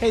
Hey,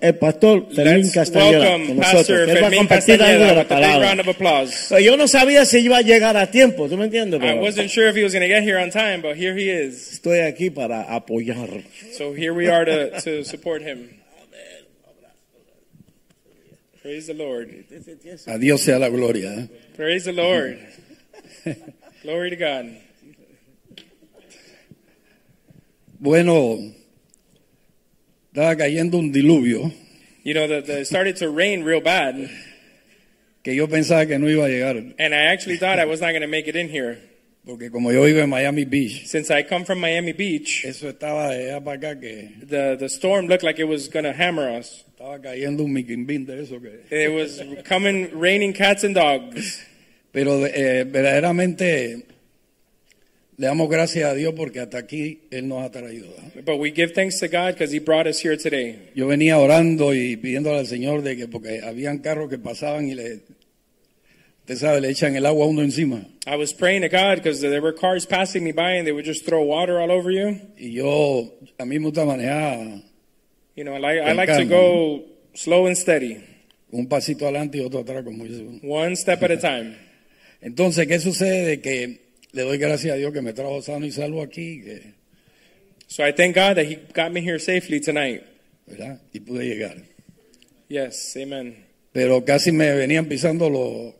el pastor Fermín Let's Castañeda welcome con nosotros. Pastor Él va a Fermín compartir algo de la Castañeda with a big round palabra. of applause. Pero yo no sabía si iba a llegar a tiempo, ¿tú me entiendes? I Pero wasn't sure if he was going to get here on time, but here he is. estoy aquí para apoyar. So here we are to, to support him. Praise the Lord. A Dios sea la gloria. ¿eh? Praise the Lord. Glory to God. Bueno, estaba cayendo un diluvio You know, that that it started to rain real bad, que yo pensaba que no iba a llegar, and I actually thought I was not going to make it in here. porque como yo vivo en Miami Beach, Since I come from Miami Beach, eso estaba de allá para acá que the, the storm looked like it was going to hammer us. estaba cayendo un miquimbín de eso que... It was coming, raining cats and dogs. Pero eh, verdaderamente le damos gracias a Dios porque hasta aquí Él nos ha traído. ¿eh? But we give thanks to God because He brought us here today. Yo venía orando y pidiéndole al Señor de que, porque habían carros que pasaban y le... Usted sabe, le echan el agua a uno encima. I was praying to God because there were cars passing me by and they would just throw water all over you. Y yo, a mí me gusta manejar You know, I like, I Con like to calma. go slow and steady, un pasito adelante y otro atrás, como dice uno. one step at a time. Entonces, ¿qué sucede? De que le doy gracias a Dios que me trajo sano y salvo aquí, que- So I thank God that He got me here safely tonight. ¿verdad? Y pude llegar. Yes, amen. Pero casi me venían pisando los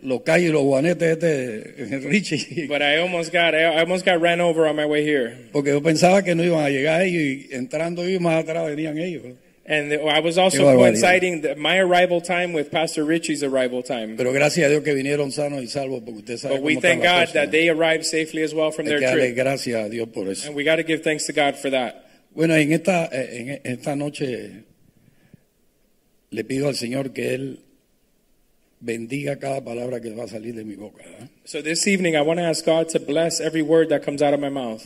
los calles y los guanetes este Richie, But I almost got I almost got ran over on my way here, porque yo pensaba que no iban a llegar ellos y entrando ellos más atrás venían ellos. and the, I was Qué also barbaridad. coinciding the, my arrival time with Pastor Richie's arrival time. Pero gracias a Dios que vinieron sanos y salvos, porque usted sabe But we cómo están thank las God cosas. that they arrived safely as well from Hay their que darle trip, gracias a Dios por eso. and we got to give thanks to God for that. Bueno, en esta, en esta noche le pido al Señor que Él bendiga cada palabra que va a salir de mi boca ¿eh? ¿verdad? So this evening, I want to ask God to bless every word that comes out of my mouth.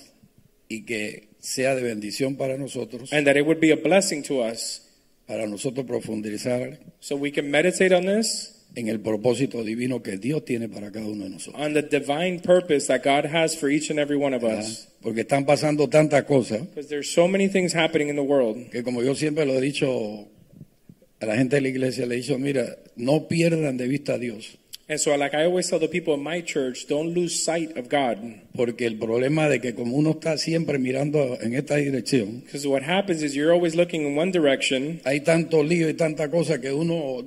y que sea de bendición para nosotros, and that it would be a blessing to us para nosotros profundizar so we can meditate on this, en el propósito divino que Dios tiene para cada uno de nosotros. on the divine purpose that God has for each and every one of ¿verdad? us. Porque están pasando tantas cosas Because there's so many things happening in the world. que como yo siempre lo he dicho a la gente de la iglesia, le he dicho, mira, no pierdan de vista a Dios, And so, like I always tell the people in my church, don't lose sight of God. porque el problema de que como uno está siempre mirando en esta dirección, Because what happens is you're always looking in one direction. Hay tanto lío y tanta cosa que uno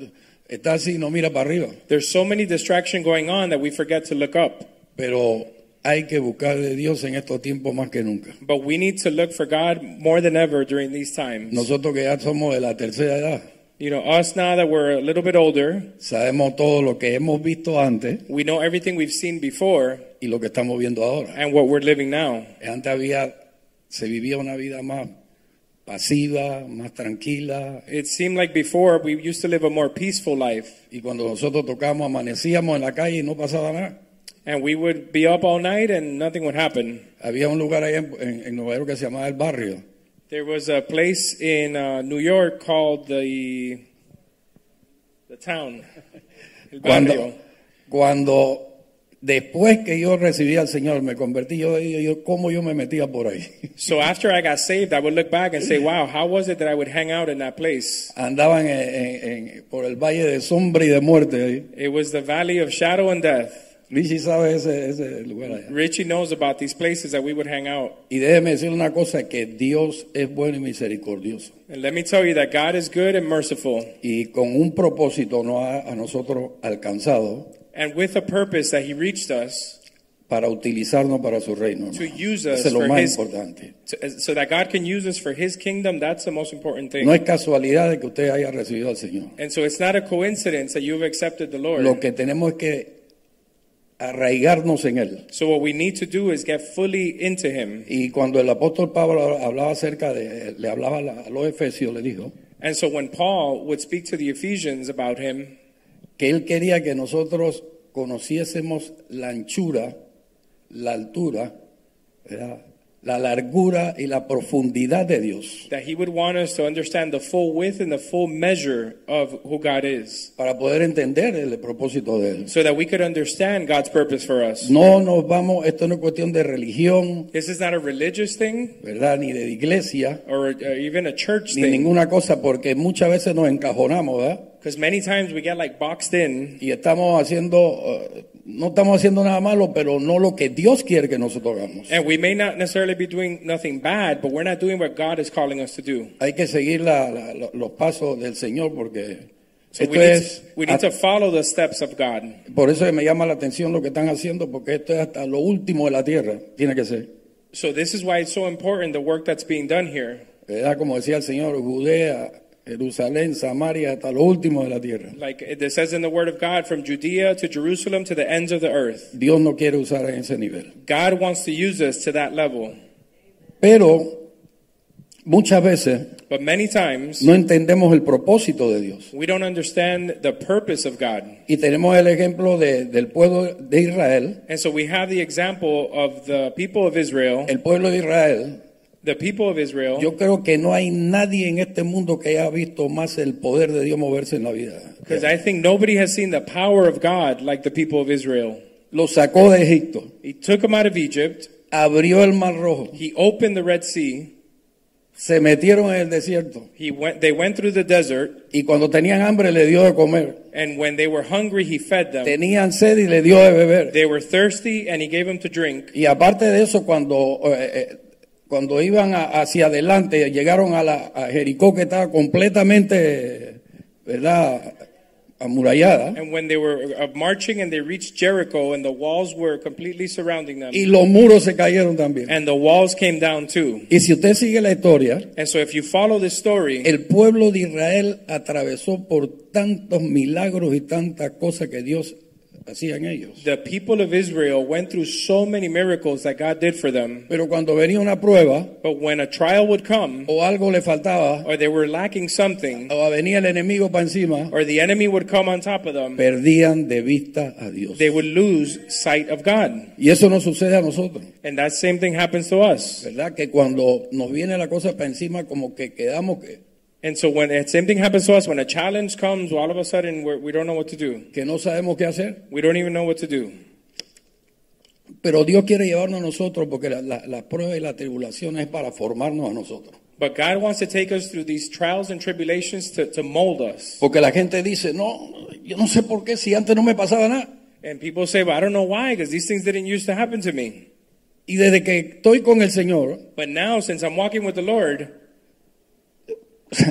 está así y no mira para arriba. There's so many distraction going on that we forget to look up. Pero hay que buscar de Dios en estos tiempos más que nunca. But we need to look for God more than ever during these times. Nosotros que ya somos de la tercera edad, You know, us now that we're a little bit older, sabemos todo lo que hemos visto antes we know everything we've seen before y lo que estamos viendo ahora. and what we're living now. Antes había, se vivía una vida más pasiva, más tranquila. It seemed like before we used to live a more peaceful life, Y cuando nosotros tocamos, amanecíamos en la calle y no pasaba nada. and we would be up all night and nothing would happen. Había un lugar allá en, en- en Nueva York que se llamaba El Barrio. There was a place in uh, New York called the the town, El Cuando, Barrio. cuando después que yo recibí al Señor, me convertí, yo digo, yo, ¿cómo yo me metía por ahí? So after I got saved, I would look back and say, "Wow, how was it that I would hang out in that place? Andaban en, en- en- por el valle de sombra y de muerte. ahí. It was the valley of shadow and death." Richie sabe ese, ese lugar allá. Richie knows about these places that we would hang out, Y déjeme decir una cosa, que Dios es bueno y misericordioso. and let me tell you that God is good and merciful, Y con un propósito nos ha a nosotros alcanzado and with a purpose that He reached us. para utilizarnos para su reino. hermano. To use us Eso es lo for más his- importante. So, uh, so that God can use us for His kingdom, that's the most important thing. No es casualidad de que usted haya recibido al Señor. and so it's not a coincidence that you've accepted the Lord. Lo que tenemos es que arraigarnos en Él. so what we need to do is get fully into Him. Y cuando el apóstol Pablo hablaba acerca de, le hablaba a la- a los efesios, le dijo, And so when Paul would speak to the Ephesians about Him, que él quería que nosotros conociésemos la anchura, la altura, ¿verdad? la largura y la profundidad de Dios That he would want us to understand the full width and the full measure of who God is, para poder entender el propósito de él. so that we could understand God's purpose for us. No nos vamos, esto no es cuestión de religión, This is not a religious thing ¿verdad? Ni de iglesia, or uh, even a church ni thing, ninguna cosa, porque muchas veces nos encajonamos, ¿verdad? because many times we get like boxed in Y estamos haciendo, eh, no estamos haciendo nada malo, pero no lo que Dios quiere que nosotros hagamos. And we may not necessarily be doing nothing bad, but we're not doing what God is calling us to do. Hay que seguir la- la- lo- los pasos del Señor porque So esto we need, es, to, we need hasta- to follow the steps of God. por eso me llama la atención lo que están haciendo porque esto es hasta lo último de la tierra, tiene que ser. So this is why it's so important the work that's being done here. ¿Verdad? Como decía el Señor, Judea, Jerusalén, Samaria, hasta lo último de la tierra. Like it says in the Word of God, from Judea to Jerusalem to the ends of the earth. Dios no quiere usar en ese nivel. God wants to use us to that level. Pero muchas veces But many times, no entendemos el propósito de Dios. we don't understand the purpose of God. Y tenemos el ejemplo de- del pueblo de Israel. And so we have the example of the people of Israel. El pueblo de Israel, The people of Israel. yo creo que no hay nadie en este mundo que haya visto más el poder de Dios moverse en la vida. Because I think nobody has seen the power of God like the people of Israel. Lo sacó de Egipto, He took them out of Egypt. abrió el Mar Rojo, He opened the Red Sea. se metieron en el desierto He went, they went through the desert. y cuando tenían hambre le dio de comer, And when they were hungry, he fed them. tenían sed y le dio de beber. They were thirsty, and he gave them to drink. Y aparte de eso, cuando, eh, eh, cuando iban a- hacia adelante, llegaron a, la, a Jericó que estaba completamente, ¿verdad?, amurallada. And when they were uh, marching and they reached Jericho, and the walls were completely surrounding them, Y los muros se cayeron también. and the walls came down too. Y si usted sigue la historia, And so, if you follow this story, el pueblo de Israel atravesó por tantos milagros y tantas cosas que Dios hacía en ellos. the people of Israel went through so many miracles that God did for them. Pero cuando venía una prueba But when a trial would come, o algo le faltaba or they were lacking something, o venía el enemigo para encima, or the enemy would come on top of them, perdían de vista a Dios. they would lose sight of God. Y eso no sucede a nosotros, And that same thing happens to us. ¿verdad? Que cuando nos viene la cosa para encima como que quedamos que, And so when that same thing happens to us, when a challenge comes, all of a sudden we're, we don't know what to do. que no sabemos qué hacer. We don't even know what to do. Pero Dios quiere llevarnos a nosotros porque la- la- las pruebas y las tribulaciones es para formarnos a nosotros. But God wants to take us through these trials and tribulations to, to mold us. Porque la gente dice, no, yo no sé por qué, si antes no me pasaba nada. And people say, well, I don't know why, because these things didn't used to happen to me. Y desde que estoy con el Señor, But now, since I'm walking with the Lord,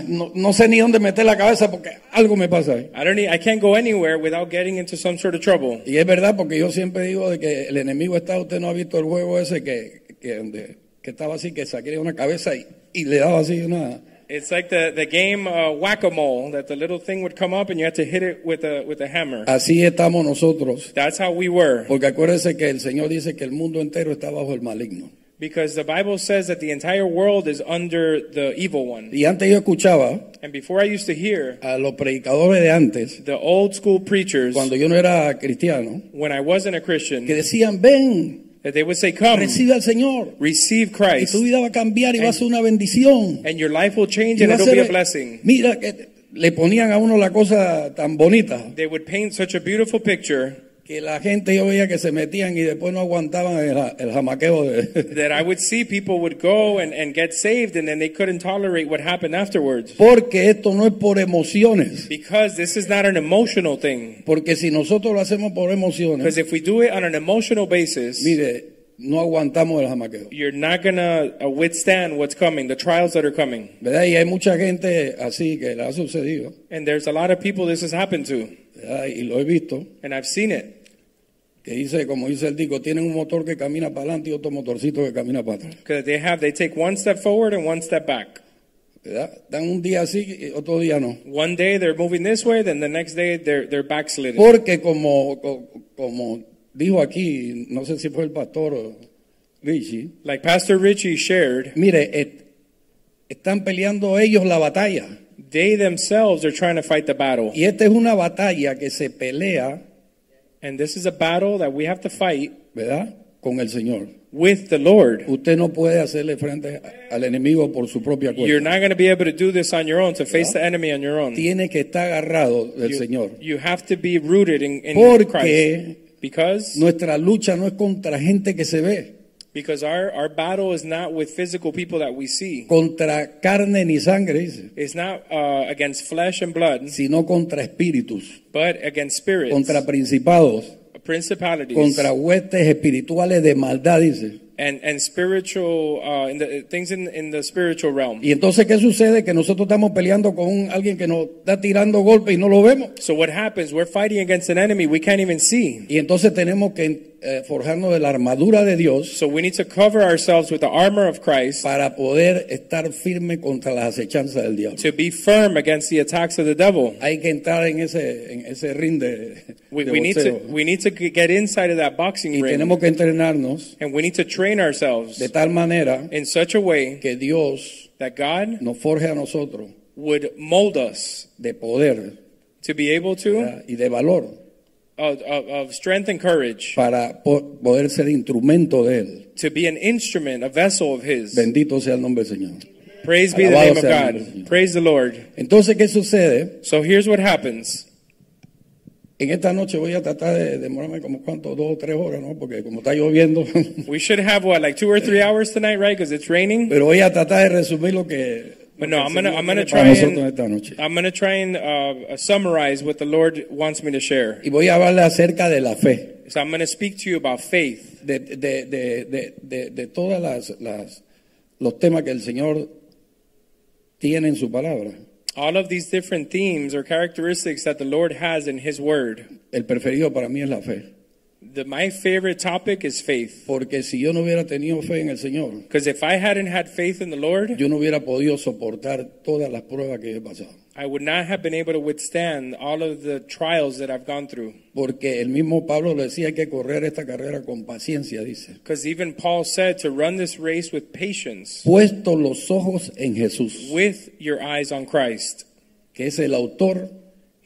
no, no sé ni dónde meter la cabeza porque algo me pasa. ahí. I don't need, I can't go anywhere without getting into some sort of trouble. Y es verdad porque yo siempre digo de que el enemigo está, usted no ha visto el juego ese que, que, donde- que estaba así, que saqué una cabeza y, y le daba así una... It's like the, the game uh, whack-a-mole, that the little thing would come up and you had to hit it with a, with a hammer. Así estamos nosotros. That's how we were. Porque acuérdese que el Señor dice que el mundo entero está bajo el maligno. Because the Bible says that the entire world is under the evil one. Y antes yo escuchaba And before I used to hear a los predicadores de antes, the old school preachers, cuando yo no era cristiano, when I wasn't a que Christian, decían, ven, that they would say, Come, Recibe al Señor. receive Y Christ, tu vida va a cambiar y va a ser una bendición. and your life will change Y and va a it'll be a ser- blessing. Mira que le ponían a uno la cosa tan bonita They would paint such a beautiful picture que la gente yo veía que se metían y después no aguantaban el, ja- el jamaqueo de- that I would see people would go and, and get saved, and then they couldn't tolerate what happened afterwards. Porque esto no es por emociones. Because this is not an emotional thing. Porque si nosotros lo hacemos por emociones, Because if we do it on an emotional basis, mire, no aguantamos el jamaqueo. you're not going to withstand what's coming, the trials that are coming. ¿Verdad? Y hay mucha gente así que le ha sucedido, And there's a lot of people this has happened to, ¿verdad? y lo he visto, and I've seen it. que dice, como dice el disco, tienen un motor que camina para adelante y otro motorcito que camina para atrás. Because they have, they take one step forward and one step back. ¿verdad? Dan un día así y otro día no. One day they're moving this way, then the next day they're they're backsliding. Porque como, co- como dijo aquí, no sé si fue el pastor o Richie, like Pastor Richie shared, mire, et- están peleando ellos la batalla. They themselves are trying to fight the battle. Y esta es una batalla que se pelea, And this is a battle that we have to fight ¿verdad? Con el Señor. with the Lord. Usted no puede hacerle frente a- al enemigo por su propia You're cuenta. not going to be able to do this on your own, to face the enemy on your own. Tiene que estar agarrado del You, Señor. you have to be rooted in, in Porque- Christ. Because, Nuestra lucha no es contra gente que se ve, because our, our battle is not with physical people that we see. contra carne ni sangre, dice, It's not uh, against flesh and blood, sino contra espíritus, but against spirits, contra principados, principalities, contra huestes espirituales de maldad, dice. and, and spiritual uh, in the, things in, in the spiritual realm. Y entonces, ¿qué sucede? Que nosotros estamos peleando con un- alguien que nos está tirando golpes y no lo vemos. So what happens? We're fighting against an enemy we can't even see. Y entonces tenemos que eh, forjarnos de la armadura de Dios So we need to cover ourselves with the armor of Christ para poder estar firme contra las acechanzas del diablo. to be firm against the attacks of the devil. Hay que entrar en ese, en ese ring de, We, de we need to boxeo. we need to g- get inside of that boxing y ring, tenemos que entrenarnos and we need to train ourselves de tal manera in such a way que Dios that God nos forje a nosotros would mold us de poder to be able to ¿verdad? y de valor of, of, of strength and courage para po- poder ser instrumento de Él. to be an instrument, a vessel of His. Bendito sea el nombre del Señor. Praise be the Alabado name of sea el God. Señor. Praise the Lord. Entonces, ¿qué sucede? So here's what happens. En esta noche voy a tratar de demorarme como cuánto, dos o tres horas, ¿no? Porque como está lloviendo, We should have what like two or three hours tonight, right? Because it's raining. pero voy a tratar de resumir lo que But no, lo que el I'm gonna- Señor tiene para nosotros I'm gonna try and- esta noche. I'm going to try and uh, summarize what the Lord wants me to share. Y voy a hablarle acerca de la fe, So I'm going to speak to you about faith, de, de, de, de, de, de todas las, las- los temas que el Señor tiene en su palabra. all of these different themes or characteristics that the Lord has in His Word. El preferido para mí es la fe, The, my favorite topic is faith, porque si yo no hubiera tenido fe en el Señor, because if I hadn't had faith in the Lord, yo no hubiera podido soportar todas las pruebas que yo he pasado. I would not have been able to withstand all of the trials that I've gone through. Porque el mismo Pablo le decía hay que correr esta carrera con paciencia, dice. Because even Paul said to run this race with patience, Puesto los ojos en Jesús, with your eyes on Christ. que es el autor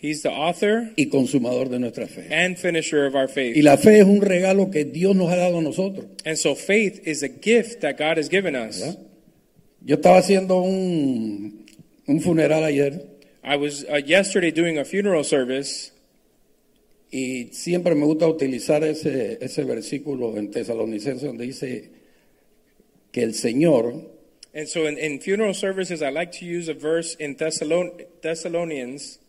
He's the author y consumador de nuestra fe. and finisher of our Y faith. la fe es un regalo que Dios nos ha dado a nosotros. And so faith is a gift that God has given us. ¿verdad? Yo estaba haciendo un, un funeral ayer I was uh, yesterday doing a funeral service, y siempre me gusta utilizar ese, ese versículo en Tesalonicenses donde dice que el Señor and so in, in funeral services, I like to use a verse in Thessalon- Thessalonians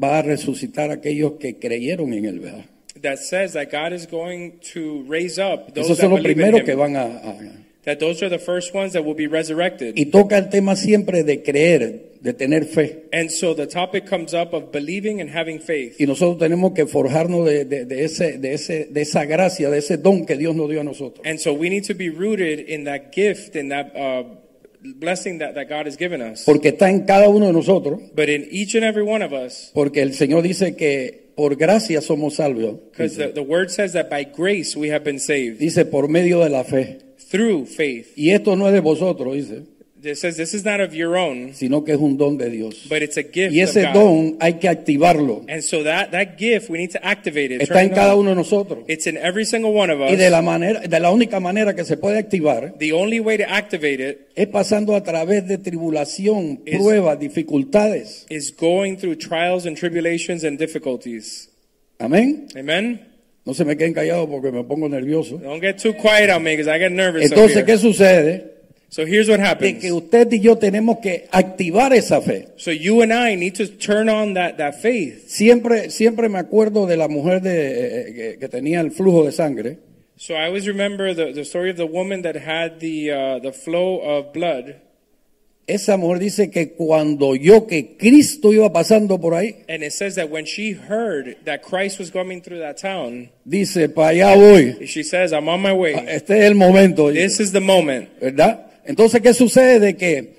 va a resucitar a aquellos que creyeron en Él, ¿verdad? that says that God is going to raise up those Esos that son los believe in primeros Him. que van a- a That those are the first ones that will be resurrected. Y toca el tema siempre de creer, de tener fe. and so the topic comes up of believing and having faith. Y nosotros tenemos que forjarnos de, de- de ese, de, ese, de esa gracia, de ese don que Dios nos dio a nosotros. And so we need to be rooted in that gift and that uh, blessing that, that God has given us. Porque está en cada uno de nosotros. But in each and every one of us, Porque el Señor dice que por gracia somos salvos. because the, the word says that by grace we have been saved Dice por medio de la fe. through faith. Y esto no es de vosotros, dice, It says this is not of your own, sino que es un don de Dios. but it's a gift Y ese of God. don hay que activarlo. And so that, that gift, we need to activate it. Está turn en it cada on. uno de nosotros. It's in every single one of us. Y de la manera, de la única manera que se puede activar the only way to activate it es pasando a través de tribulación, Es- pruebas, dificultades. is going through trials and tribulations and difficulties. Amén. Amen? No se me queden callados porque me pongo nervioso. Don't get too quiet on me because I get nervous. up Entonces, here. ¿qué sucede? So here's what De happens. que usted y yo tenemos que activar esa fe. So you and I need to turn on that, that faith. Siempre, siempre me acuerdo de la mujer de, eh, que, que tenía el flujo de sangre, So I always remember the, the story of the woman that had the, uh, the flow of blood. esa mujer dice que cuando yo que Cristo iba pasando por ahí, And it says that when she heard that Christ was coming through that town, dice, para allá voy. she says, I'm on my way. Este es el momento, dice. This is the moment. ¿verdad? Entonces, ¿qué sucede? De que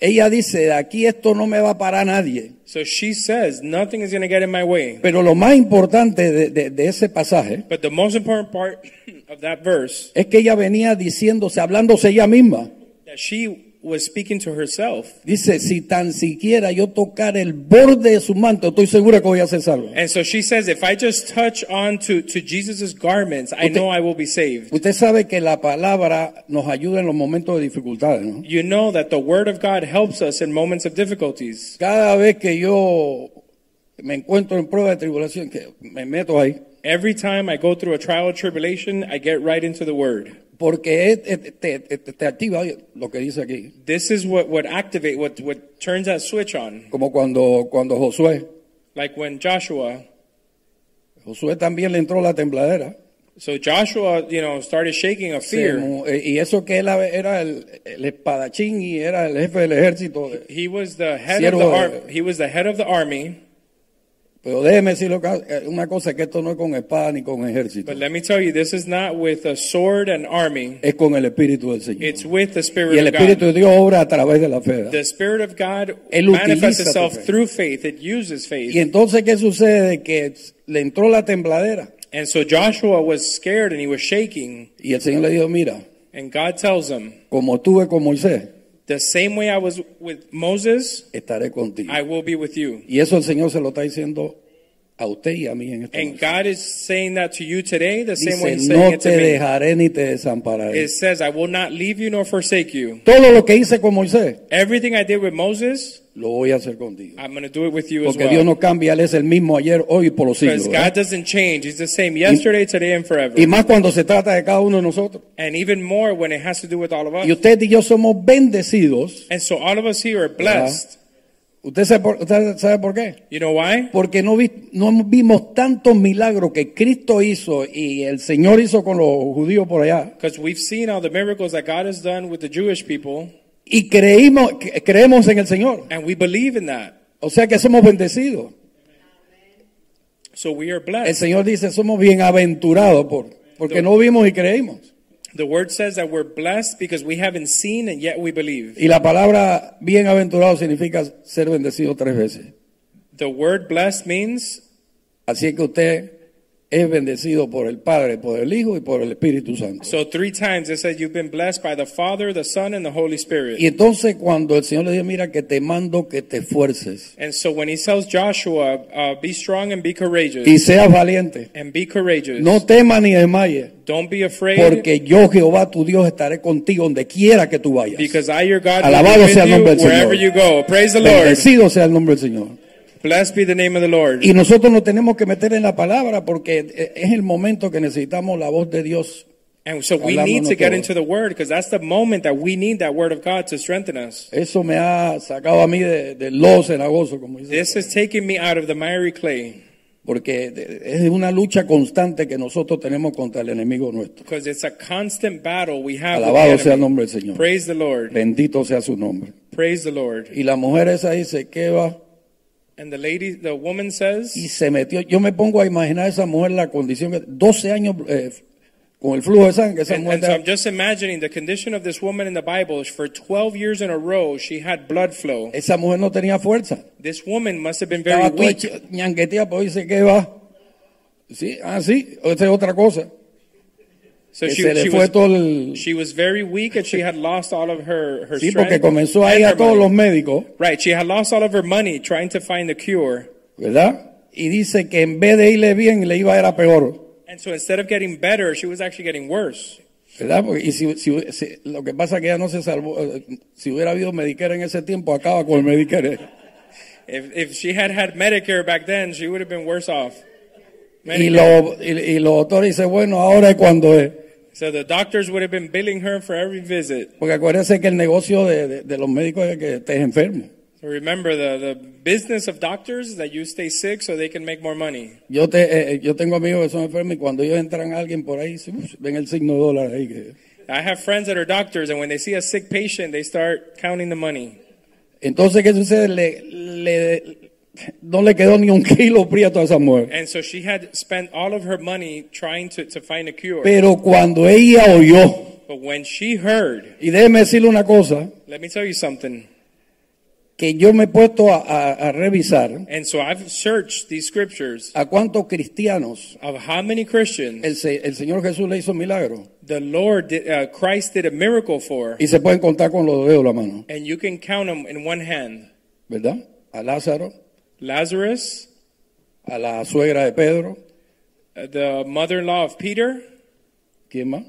ella dice, de aquí esto no me va a parar nadie. So she says, nothing is going to get in my way. Pero lo más importante de- de- de ese pasaje But the most important part of that verse es que ella venía diciéndose, hablándose ella misma, that she was speaking to herself. Dice, si tan siquiera yo tocar el borde de su manto, estoy segura que voy a ser salvo. And so she says, if I just touch on to, to Jesus' garments, I Usted- know I will be saved. Usted sabe que la palabra nos ayuda en los momentos de dificultades, ¿no? You know that the word of God helps us in moments of difficulties. Cada vez que yo me encuentro en prueba de tribulación, que me meto ahí, Every time I go through a trial or tribulation, I get right into the word. porque es- es- te, te- te- te activa oye, lo que dice aquí. This is what, what activate, what, what turns that switch on. Como cuando, cuando Josué, Like when Joshua, Josué también le entró la tembladera. so Joshua, you know, started shaking of Se fear. mu- eh, y eso que él era el, el espadachín y era el jefe del ejército. de- He was the head of the Siervo- ar- he was the head of the army. Pero déjeme decirlo que- eh, una cosa, que esto no es con espada ni con ejército. But let me tell you, this is not with a sword and army. Es con el Espíritu del Señor. It's with the Y Spirit el of Espíritu God. de Dios obra a través de la fe. The Spirit of God Él manifests utiliza tu itself fe. through faith. It uses Y faith. entonces, ¿qué sucede? Que le entró la tembladera. And so Joshua was scared and he was shaking. Y el Señor le dijo, mira, And God tells him, como estuve con Moisés, The same way I was with Moses, estaré contigo. I will be with you. Y eso el Señor se lo está diciendo a usted y a mí en este And momento. God is saying that to you today, the same way He's Dice, saying no it to te me. dejaré ni te desampararé. It says, I will not leave you nor forsake you. Todo lo que hice con Moisés, Everything I did with Moses, lo voy a hacer contigo. I'm going to do it with you as Porque Dios well. no cambia, Él es el mismo ayer, hoy y por los siglos. Because ¿verdad? God doesn't change. He's the same yesterday, today, and forever. Y más cuando se trata de cada uno de nosotros. And even more when it has to do with all of us. Y usted y yo somos bendecidos. And so all of us here are blessed. ¿Usted sabe por, usted sabe por qué? You know why? Porque no, vi- no vimos tantos milagros que Cristo hizo y el Señor hizo con los judíos por allá. Because we've seen all the miracles that God has done with the Jewish people, Y creímos, cre- creemos en el Señor. and we believe in that. O sea que somos bendecidos. So we are El blessed. Señor dice, somos bienaventurados por, porque no vimos y creímos. The word says that we're blessed because we haven't seen and yet we believe. Y la palabra bienaventurado significa ser bendecido tres veces. The word blessed means Así es que usted es bendecido por el Padre, por el Hijo y por el Espíritu Santo. so three times it says you've been blessed by the Father, the Son, and the Holy Y Spirit. entonces cuando el Señor le dijo, mira que te mando que te esfuerces And so when he tells Joshua, uh, be strong and be y courageous, seas valiente, and be courageous. no temas ni desmayes, Don't be afraid porque yo Jehová tu Dios estaré contigo donde quiera que tú vayas. because I, your God, Alabado will be sea el nombre with del you wherever Señor. you go. Praise the Lord. Bendecido sea el nombre del Señor. Blessed be the name of the Lord. Y nosotros nos tenemos que meter en la palabra porque eh, es el momento que necesitamos la voz de Dios. And so we Hablamos need to get nosotros. into the word because that's the moment that we need that word of God to strengthen us. Eso me ha sacado a mí de- del lodo cenagoso, como dice. This has taken me out of the miry clay Porque de- es una lucha constante que nosotros tenemos contra el enemigo nuestro. because it's a constant battle we have. with the Alabado sea el enemy. nombre del Señor. Praise the Lord. Bendito sea su nombre. Praise the Lord. Y la mujer esa dice, ¿qué va? And the lady, the woman says, Y se metió. Yo me pongo a imaginar a esa mujer la condición que... 12 años eh, con el flujo de sangre. Esa and, mujer and so da- I'm just imagining the condition of this woman in the Bible is for 12 years in a row, she had blood flow. esa mujer no tenía fuerza. This woman must have been very Estaba toda weak. hecha ñanguetea, pero dice, ¿qué va? Sí, ah, sí. Esa es otra cosa. So que she, se le she, fue todo was, el... she was very weak and she had lost all of her, her Sí, porque strength. comenzó ahí and a her todos money. los médicos, Right, she had lost all of her money trying to find the cure. ¿verdad? Y dice que en vez de irle bien, le iba era peor, And so instead of getting better, she was actually getting worse. ¿verdad? Porque- y si, si- si- lo que pasa es que ella no se salvó. eh, Si hubiera habido Medicare en ese tiempo, acaba con el Medicare. If, if she had had Medicare back then, she would have been worse off. Y, Medicare. lo, y, y los doctores dicen, bueno, ahora es cuando es. So the doctors would have been billing her for every visit. Porque acuérdense que el negocio de, de- de los médicos es que estés enfermo. So remember, the, the business of doctors is that you stay sick so they can make more money. Yo, te, eh, eh, yo tengo amigos que son enfermos y cuando ellos entran a alguien por ahí, dicen, "Uf, ven el signo de dólar ahí. que- I have friends that are doctors, and when they see a sick patient, they start counting the money. Entonces, ¿qué sucede? Le, le- no le quedó ni un kilo prieto a esa mujer. And so she had spent all of her money trying to, to find a cure. Pero cuando ella oyó, But when she heard, y déjeme decirle una cosa, let me tell you something. que yo me he puesto a, a- a revisar And so I've searched these scriptures a cuántos cristianos of how many Christians el, se- el Señor Jesús le hizo milagro. the Lord, did, uh, Christ did a miracle for, Y se pueden contar con los dedos de la mano, and you can count them in one hand. ¿verdad? A Lázaro, Lazarus, a la suegra de Pedro, uh, the mother-in-law of Peter, ¿quién más?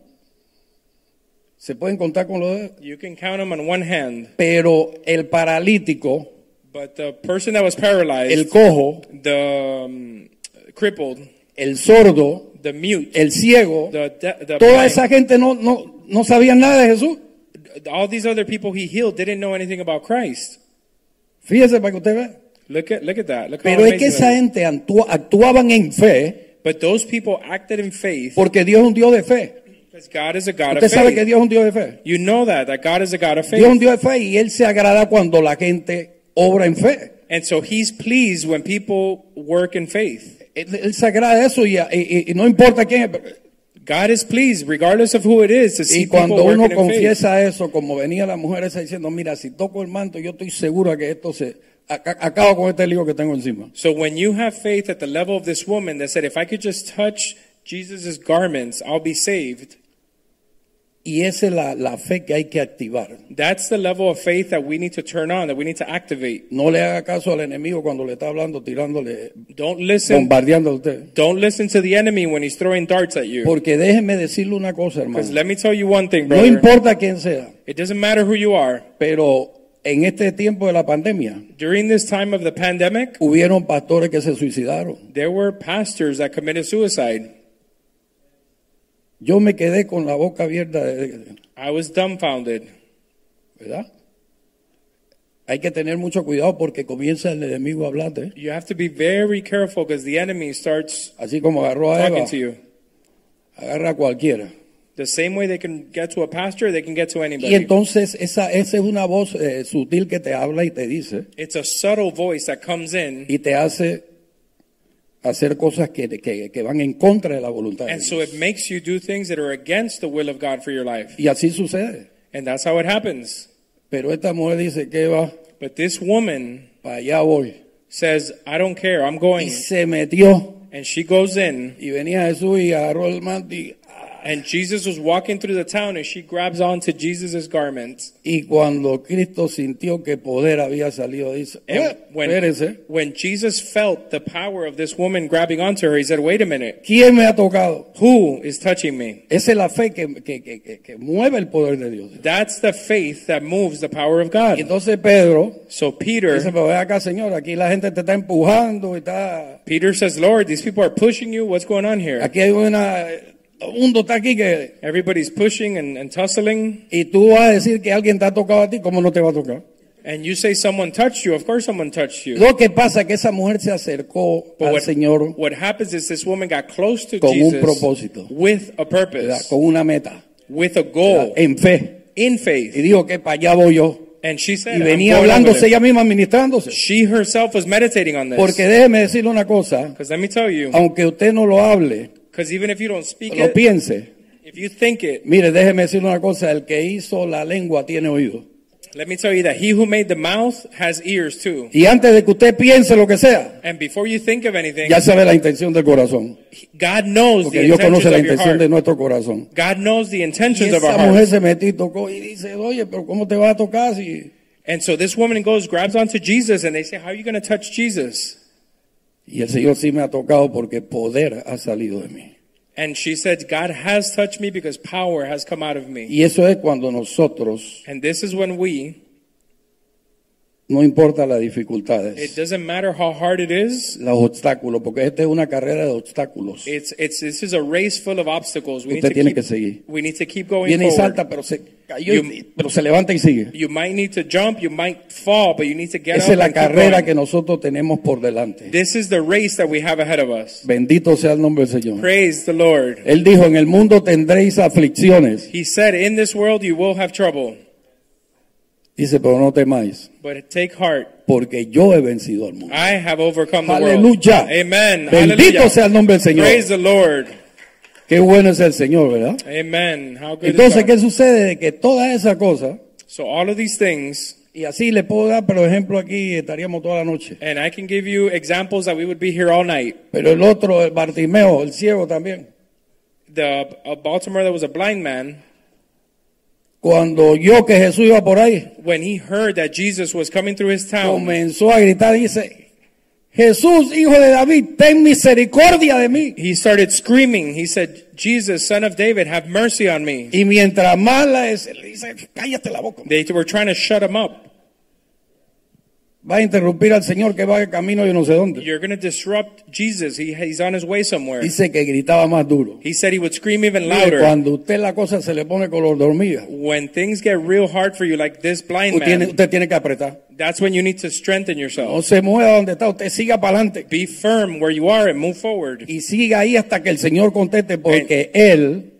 Se pueden contar con los dedos. you can count them on one hand. Pero el paralítico, But the person that was paralyzed, el cojo, the um, crippled, el sordo, the mute, el ciego, the, de- the toda blind, esa gente no, no, no sabían nada de Jesús. all these other people he healed didn't know anything about Christ. Fíjese para que usted vea. Look at look at that. Look how Pero es que amazing esa that is. gente actua- actuaban en fe But those people acted in faith porque Dios es un Dios de fe. because God is a God Usted of sabe faith. que Dios es un Dios de fe. You know that that God is a God of faith, Dios es un Dios de fe y Él se agrada cuando la gente obra en fe. and so He's pleased when people work in faith. Él, él se agrada de eso y, y- y no importa quién es. God is pleased, regardless of who it is, to see Y cuando people uno working in faith. confiesa eso, como venía la mujer esa diciendo, mira, si toco el manto, yo estoy segura que esto se... aca- acabo con este lío que tengo encima. So when you have faith at the level of this woman that said, "If I could just touch Jesus' garments, I'll be saved," Y esa es la, la fe que hay que activar. that's the level of faith that we need to turn on, that we need to activate. No le haga caso al enemigo cuando le está hablando, tirándole, Don't listen. bombardeando a usted. Don't listen to the enemy when he's throwing darts at you. Porque déjeme decirle una cosa, Because hermano. Pues, let me tell you one thing, No brother. importa quién sea, It doesn't matter who you are. pero en este tiempo de la pandemia During this time of the pandemic, hubieron pastores que se suicidaron. there were pastors that committed suicide. Yo me quedé con la boca abierta, de- I was dumbfounded. ¿verdad? Hay que tener mucho cuidado porque comienza el enemigo a hablarte. You have to be very careful because the enemy starts Así como agarró a Eva, talking to you. agarra a cualquiera. The same way they can get to a pastor, they can get to Y anybody. entonces esa, esa es una voz eh, sutil que te habla y te dice It's a subtle voice that comes in. y te hace hacer cosas que, que- que van en contra de la voluntad. de And Dios. so it makes you do things that are against the will of God for your life. Y así sucede. And that's how it happens. Pero esta mujer dice que va, But this woman para allá voy. says, I don't care, I'm Y going. se metió. And she goes in. Y venía Jesús y agarró el manto. Y, And Jesus was walking through the town and she grabs onto Jesus' garment. y cuando Cristo sintió que poder había salido, dice, And "Eh, when, espérese, when Jesus felt the power of this woman grabbing onto her, he said, Wait a minute, ¿quién me ha tocado? who is touching me? Esa es la fe que, que- que- que- que mueve el poder de Dios. That's the faith that moves the power of God. Y entonces Pedro So dice, Peter, pero ven acá, Señor, aquí la gente te está empujando y está... Peter says, Lord, these people are pushing you. What's going on here? Aquí hay una... Todo el mundo está aquí que... Everybody's pushing and, and tussling. Y tú vas a decir que alguien te ha tocado a ti, ¿cómo no te va a tocar? And you say someone touched you. Of course someone touched you. Lo que pasa es que esa mujer se acercó But al what, Señor what happens is this woman got close to Con un Jesus propósito. with a ¿verdad? purpose, con una meta, with a ¿verdad? goal, en fe. in Y faith. dijo que para allá voy yo. And she Y said, "I'm venía going over hablándose there." ella misma, administrándose. She herself was meditating on this. Porque déjeme decirle una cosa, Because let me tell you, aunque usted no lo hable, because even if you don't speak lo it, piense. if you think it, Mire, déjeme decirle una cosa, el que hizo la lengua tiene oído. let me tell you that he who made the mouth has ears too. Y antes de que usted piense lo que sea, And before you think of anything, ya sabe la intención del corazón. God knows Porque the Dios intentions conoce la of your intención de heart. nuestro corazón. God knows the Y intentions of our esa mujer heart. se metió y tocó y dice, oye, pero ¿cómo te vas a tocar si... And so this woman goes, grabs onto Jesus, and they say, How are you going to touch Jesus? Y el Señor sí me ha tocado porque poder ha salido de mí. And she said, God has touched me because power has come out of me. Y eso es cuando nosotros, And this is when we, no importa las it dificultades, doesn't matter how hard it is, los obstáculos, porque esta es una carrera de obstáculos. it's, it's, this is a race full of obstacles. We need, Usted to tiene keep, que seguir. we need to keep going Viene y forward. salta, pero se cayó, y- pero se levanta y sigue. You might need to jump, you might fall, but you need to get Esa es up. la and keep carrera going. que nosotros tenemos por delante. This is the race that we have ahead of us. Bendito sea el nombre del Señor. Praise the Lord. Él dijo, en el mundo tendréis aflicciones. He said, In this world you will have trouble, Dice, pero no temáis, but take heart. porque yo he vencido al mundo. I have overcome the Aleluya. world. Amen. Bendito Hallelujah. sea el nombre del Praise Señor. the Lord. Qué bueno es el Señor, ¿verdad? Amen. How good is Entonces, God. ¿qué sucede? De que toda esa cosa So all of these things Y así le puedo dar, pero ejemplo aquí estaríamos toda la noche. And I can give you examples that we would be here all night. Pero el otro, el Bartimeo, el ciego también. The of Baltimore, there was a blind man. Cuando oyó que Jesús iba por ahí, When he heard that Jesus was coming through his town, comenzó a gritar, dice, Jesús, hijo de David, ten misericordia de mí. he started screaming. He said, "Jesus, Son of David, have mercy on me." Y mientras más la es- le dice, cállate la boca. They were trying to shut him up. Va a interrumpir al Señor que va de camino yo no sé dónde. You're going to disrupt Jesus. He, he's on his way somewhere. Dice que gritaba más duro. He said he would scream even Mire, louder. Cuando usted la cosa se le pone color de hormiga, When things get real hard for you, like this blind usted tiene, man, usted tiene que apretar. that's when you need to strengthen No yourself. se mueva donde está, usted siga para adelante. Be firm where you are and move forward. Y siga ahí hasta que el Señor conteste, porque Él,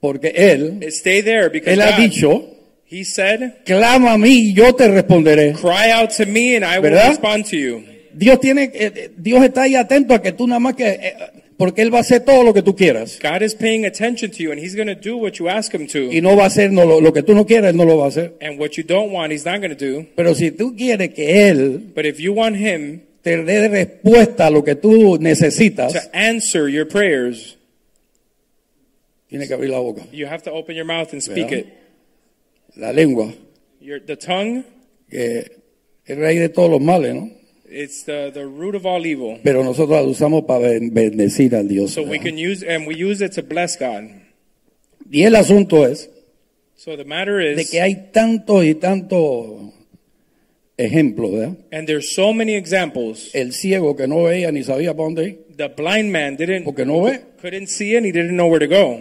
porque Él, Stay there because Él ha God, dicho, He said, clama a mí y yo te responderé. "Cry out to me, and I will ¿Verdad? respond to you." Dios tiene, eh, eh, Dios está ahí atento a que tú nada más que, eh, porque Él va a hacer todo lo que tú quieras. God is paying attention to you, and He's going to do what you ask Him Y to. no va a hacer no, lo, lo que tú no quieras, Él no lo va a hacer. And what you don't want, He's not going to do. Pero si tú quieres que Él But if you want Him te dé respuesta a lo que tú necesitas, to answer your prayers, tiene que abrir la boca, you have to open your mouth and speak ¿Verdad? it. la lengua, Your, the tongue, que es el rey de todos los males, ¿no? it's the, the root of all evil. Pero nosotros la usamos para ben- bendecir al Dios. So we ¿verdad? can use, and we use it to bless God. Y el asunto es So the matter de is, que hay tantos y tantos ejemplos, ¿verdad? and there's so many examples. El ciego que no veía ni sabía para dónde ir, The blind man didn't, porque no ve, couldn't see, and he didn't know where to go.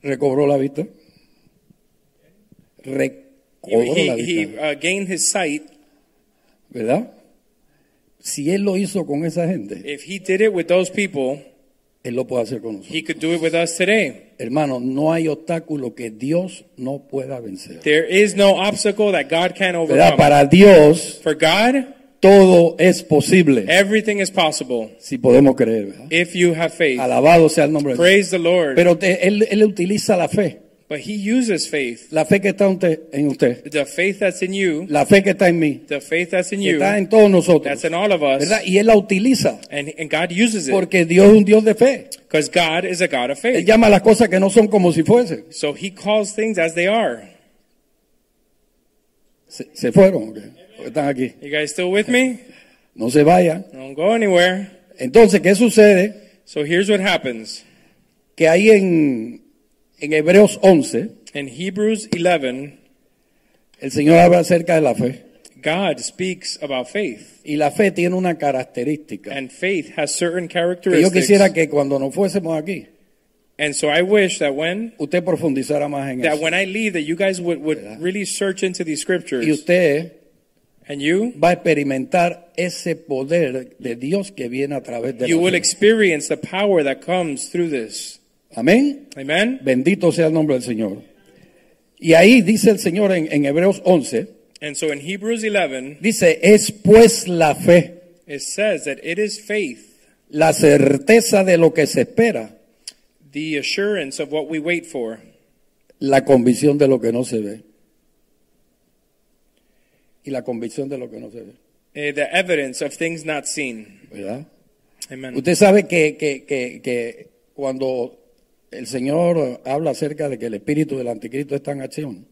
recobró la vista. He, Recobró la he, vista, he uh, gained his sight. ¿verdad? Si él lo hizo con esa gente, If he did it with those people, él lo puede hacer con nosotros. he could do it with us today. Hermano, no hay obstáculo que Dios no pueda vencer. There is no obstacle that God can't ¿Verdad? overcome. Para Dios For God, todo es posible everything is possible si podemos creer, ¿verdad? if you have faith. Alabado sea el nombre de Dios. Praise the Lord. Pero te- él, él utiliza la fe, But he uses faith. la fe que está unte- en usted, The faith that's in you, la fe que está en mí, the faith that's in que you, está en todos nosotros, that's in all of us. ¿verdad? Y él la utiliza And, and God uses it porque Dios es un Dios de fe. because God is a God of Él faith. llama las cosas que no son como si fuesen. So he calls things as they are. Se, se fueron, ¿ok? Porque están aquí. You guys still with me? No se vayan. Don't go anywhere. Entonces, ¿qué sucede? So here's what happens. Que ahí en, en Hebreos 11, In Hebrews 11, el Señor habla acerca de la fe. God speaks about faith. Y la fe tiene una característica. And faith has certain Que yo quisiera characteristics. que cuando nos fuésemos aquí, And so I wish that when usted profundizara más en that eso. when I leave that you guys would, ¿Verdad? would really search into these Y scriptures usted and you va a experimentar ese poder de Dios que viene a través de you la will fe. experience the power that comes through this. Amén. Amen. Bendito sea el nombre del Señor. Y ahí dice el Señor en, en Hebreos 11, And so in Hebrews 11 dice, es pues la fe, it says that it is faith, la certeza de lo que se espera, the assurance of what we wait for, la convicción de lo que no se ve. Y la convicción de lo que no se ve, eh, the evidence of things not seen. ¿verdad? Amen. Usted sabe que, que, que, que cuando el Señor habla acerca de que el espíritu del anticristo está en acción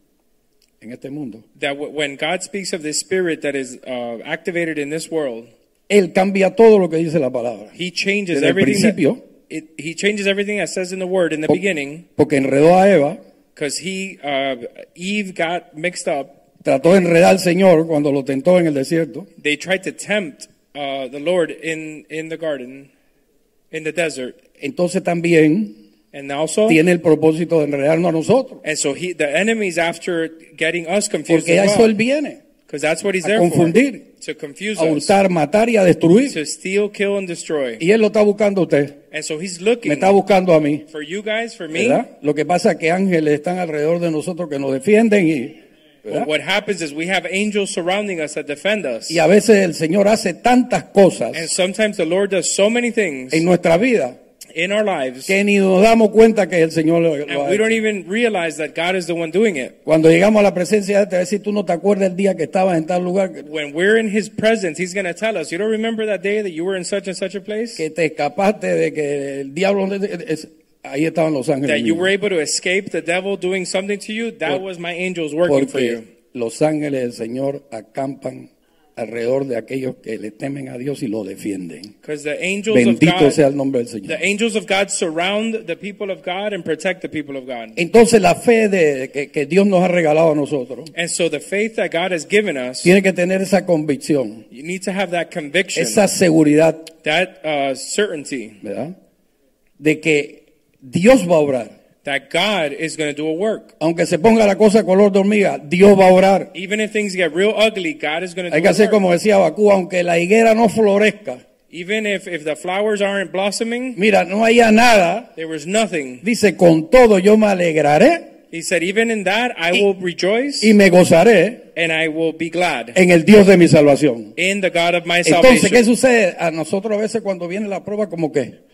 en este mundo, That w- when God speaks of this spirit that is uh, activated in this world, Él cambia todo lo que dice la palabra. he changes Desde el everything that- principio. Oh. it, he changes everything that says in the word in the Po- beginning Porque enredó a Eva, because he uh, Eve got mixed up trató de enredar al Señor cuando lo tentó en el desierto. they tried to tempt uh, the Lord in, in the garden, in the desert, Entonces también and also. tiene el propósito de enredarnos a nosotros. And so he, the enemy's after getting us confused Porque a as eso Él well, viene, because that's what he's a there confundir, for, to confuse a us, hurtar, matar y a destruir. to steal, kill, and destroy. Y Él lo está buscando a usted, And so he's me looking está buscando a mí. for you guys, for me. ¿verdad? Lo que pasa es que ángeles están alrededor de nosotros que nos defienden y, ¿verdad? But what happens is we have angels surrounding us that defend us, y a veces el Señor hace tantas and cosas sometimes the Lord does so many things en nuestra vida in our lives, que ni nos damos cuenta que el Señor lo, lo and ha we hecho. don't even realize that God is the one doing it. Cuando llegamos a la presencia de él, te va a decir, tú no te acuerdas el día que estabas en tal lugar, que- When we're in His presence, He's going to tell us, "You don't remember that day that you were in such and such a place, que te escapaste de que el diablo... es- ahí estaban los ángeles. that you míos". were able to escape the devil doing something to you. That was my angels working for you." Porque los ángeles del Señor acampan alrededor de aquellos que le temen a Dios y lo defienden. Because the angels of Bendito God, sea el nombre del Señor. the angels of God surround the people of God and protect the people of God. Entonces la fe de, que, que Dios nos ha regalado a nosotros And so the faith that God has given us, tiene que tener esa convicción, you need to have that conviction, esa seguridad, that uh, certainty ¿verdad? De que Dios va a obrar. that God is going to do a work. Aunque se ponga la cosa color de hormiga, Dios va a obrar. Even if things get real ugly, God is going to Hay do que a hacer work. como decía Bakú, aunque la higuera no florezca, Even if, if the flowers aren't blossoming, mira, no haya nada, there was nothing. dice, con todo yo me alegraré He said, even in that, I will rejoice y me gozaré and I will be glad en el Dios de mi salvación. in the God of my Entonces, ¿qué salvation. sucede? A nosotros a veces cuando viene la prueba, como que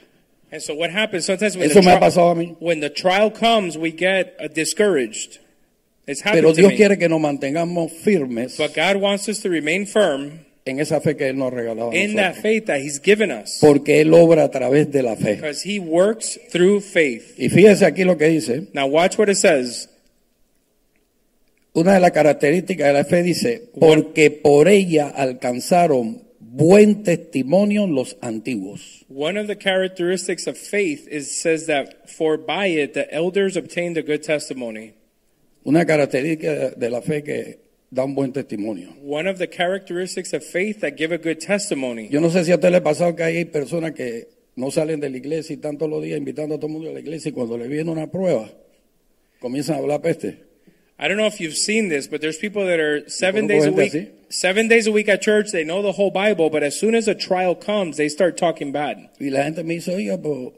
And so what happens sometimes when, Eso the, me ha tri- pasado a mí. when the trial comes, we get uh, discouraged. It's happened Pero to Dios me. quiere que nos mantengamos firmes But God wants us to remain firm en esa fe que Él nos ha regalado. a in that nosotros. faith that He's given us. Porque Él obra a través de la fe. Because He works through faith. Y fíjese aquí lo que dice. Now watch what it says. Una de las características de la fe dice, porque por ella alcanzaron buen testimonio los antiguos. One of the characteristics of faith is says that for by it the elders obtained a good testimony. Una característica de la fe que da un buen testimonio. One of the characteristics of faith that give a good testimony. Yo no sé si a usted le ha pasado que hay personas que no salen de la iglesia y tantos los días invitando a todo el mundo a la iglesia y cuando le viene una prueba comienzan a hablar peste. I don't know if you've seen this, but there's people that are conozco seven days a gente así. week, seven days a week at church. They know the whole Bible, but as soon as a trial comes, they start talking bad. Y la gente me dice, oiga, pero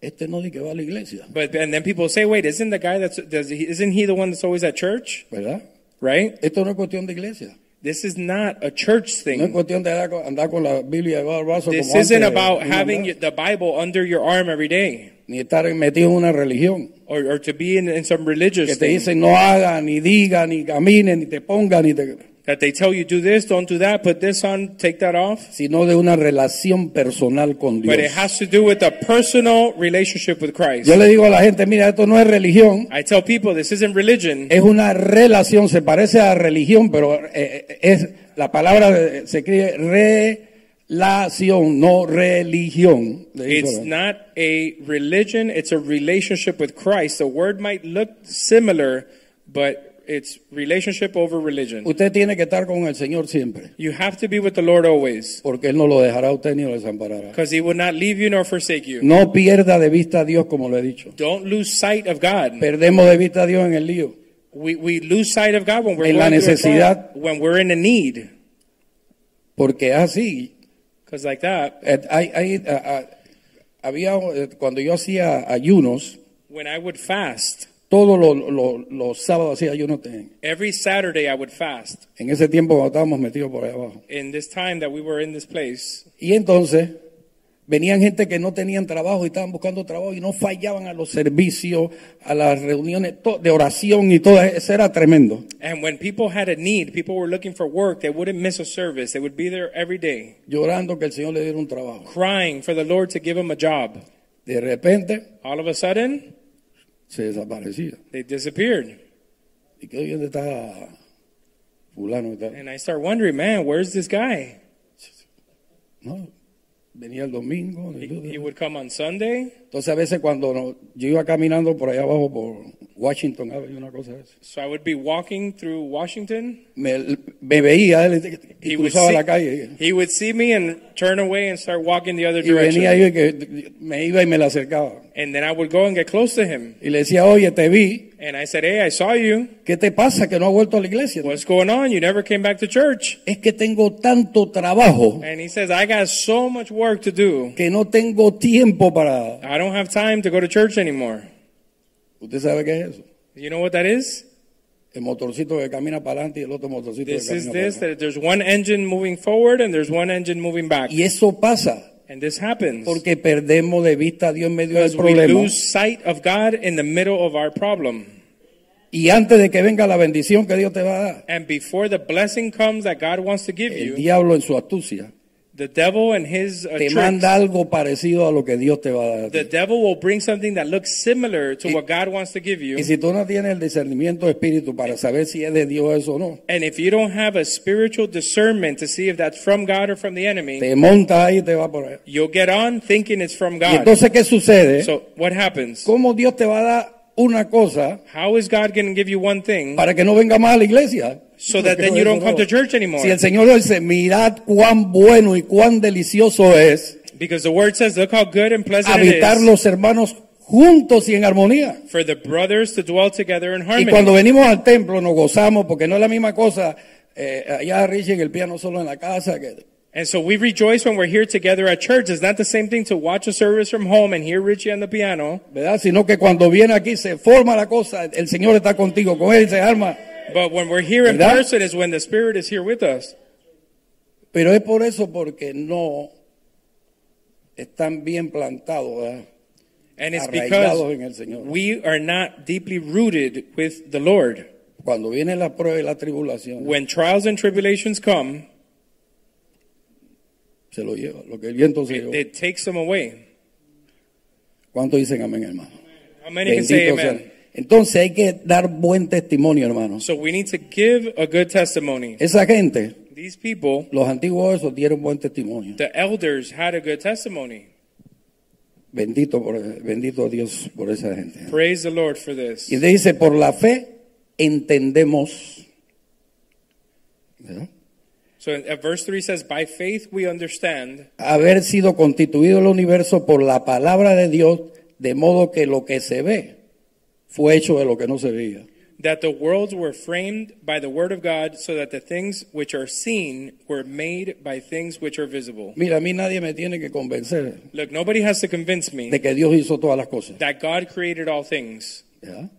este no dice que va a la iglesia, But and then people say, "Wait, isn't the guy that's does he, isn't he the one that's always at church?" ¿verdad? Right? Esto no es cuestión de iglesia. This is not a church No es thing. cuestión de andar con- andar con la Biblia debajo del brazo This como isn't antes, about ni having andar, the Bible under your arm every day ni estar metido en una religión or, or to be in, in some que religious te thing dice no haga, ni diga, ni camine, ni te ponga, ni te... that they tell you do this, don't do that, put this on, take that off. sino de una relación personal con Dios. But it has to do with a personal relationship with Christ. Yo le digo a la gente, mira, esto no es religión, I tell people this isn't religion. es una relación, se parece a religión, pero eh, eh, es la palabra eh, se escribe relación, no religión. Le hizo It's la- not a religion, it's a relationship with Christ. The word might look similar, but it's relationship over religion. Usted tiene que estar con el Señor siempre, You have to be with the Lord always porque Él no lo dejará a usted ni lo desamparará. because he will not leave you nor forsake you. No pierda de vista a Dios, como lo he dicho. Don't lose sight of God. Perdemos de vista a Dios en el lío, We, we lose sight of God when we're, En la going through a trial, necesidad. when we're in a need. porque es así. Because like that, Eh, hay- hay, ah, ah, había, eh, cuando yo hacía ayunos, when I would fast, todos los, los- los sábados hacía ayunos. En every Saturday I would fast en ese tiempo cuando estábamos metidos por ahí abajo. in this time that we were in this place. Y entonces venían gente que no tenían trabajo y estaban buscando trabajo y no fallaban a los servicios, a las reuniones to- de oración y todo. Eso era tremendo. And when people had a need, people were looking for work, they wouldn't miss a service. They would be there every day, Llorando que el Señor le diera un trabajo. crying for the Lord to give them a job. De repente All of a sudden, se desaparecía. they disappeared. ¿Y que hoy dónde está fulano? y tal? And I start wondering, man, where's this guy? No. Venía el domingo. He, he would come on Sunday. Entonces a veces cuando no- yo iba caminando por allá abajo por Washington Avenue, una cosa de eso. So I would be walking through Washington. me, me veía él y He would, cruzaba see, la calle he would see me and turn away and start walking the other y venía direction. yo y que me iba y me la acercaba And then I would go and get close to him. y le decía oye te vi And I said, Hey, I saw you. qué te pasa que no has vuelto a la iglesia What's going on? You never came back to church. es que tengo tanto trabajo And he says, I got so much work to do. que no tengo tiempo para I don't have time to go to church anymore. usted sabe qué es eso You know what that is? el motorcito que camina para adelante y el otro motorcito que This is camina para this atrás. that there's one engine moving forward and there's one engine moving back. y eso pasa And this happens porque perdemos de vista a Dios en medio del because we problema. lose sight of God in the middle of our problem. Y antes de que venga la bendición que Dios te va a dar, And before the blessing comes that God wants to give el you, diablo en su astucia the devil and his uh, te tricks, manda algo parecido a lo que Dios te va a dar. a ti. the devil will bring something that looks similar to what God wants to give you. Y si tú no tienes el discernimiento de espíritu para saber si es de Dios eso o no, And if you don't have a spiritual discernment to see if that's from God or from the enemy, te montas ahí y te va por ahí. you'll get on thinking it's from Y God. entonces, ¿qué sucede? So what happens? ¿Cómo Dios te va a dar una cosa How is God going to give you one thing para que no venga más a la iglesia? so that then you don't come to church anymore? Si el Señor dice, mirad cuán bueno y cuán delicioso es Because the word says, look how good and pleasant it habitar is los hermanos juntos y en armonía. for the brothers to dwell together in Y harmony. cuando venimos al templo nos gozamos porque no es la misma cosa eh, allá Richie en el piano solo en la casa que and so we rejoice when we're here together at church. It's not the same thing to watch a service from home and hear Richie on the piano. ¿verdad? Sino que cuando viene aquí se forma la cosa, el Señor está contigo con él, se arma. But when we're here in ¿Verdad? person is when the Spirit is here with us. Pero es por eso porque no están bien plantados, ¿verdad? And it's Arraigados en el because Señor. we are not deeply rooted with the Lord. Cuando viene la prueba y la tribulación, When trials and tribulations come, se lo lleva, lo que el viento se lleva. it takes them away. ¿Cuántos dicen amén, hermano? How many can say Bendito amen? sea. Entonces hay que dar buen testimonio, hermanos. So we need to give a good testimony. Esa gente, These people, los antiguos esos dieron buen testimonio. the elders, had a good testimony. Bendito, por, bendito Dios por esa gente. Praise the Lord for this. Y dice, por la fe entendemos. ¿verdad? So in- at verse 3 says, By faith we understand Haber sido constituido el universo por la palabra de Dios, de modo que lo que se ve fue hecho de lo que no se veía. that the worlds were framed by the word of God, so that the things which are seen were made by things which are visible. Mira, a mí nadie me tiene que convencer Look, nobody has to convince me de que Dios hizo todas las cosas. that God created all things. ¿verdad?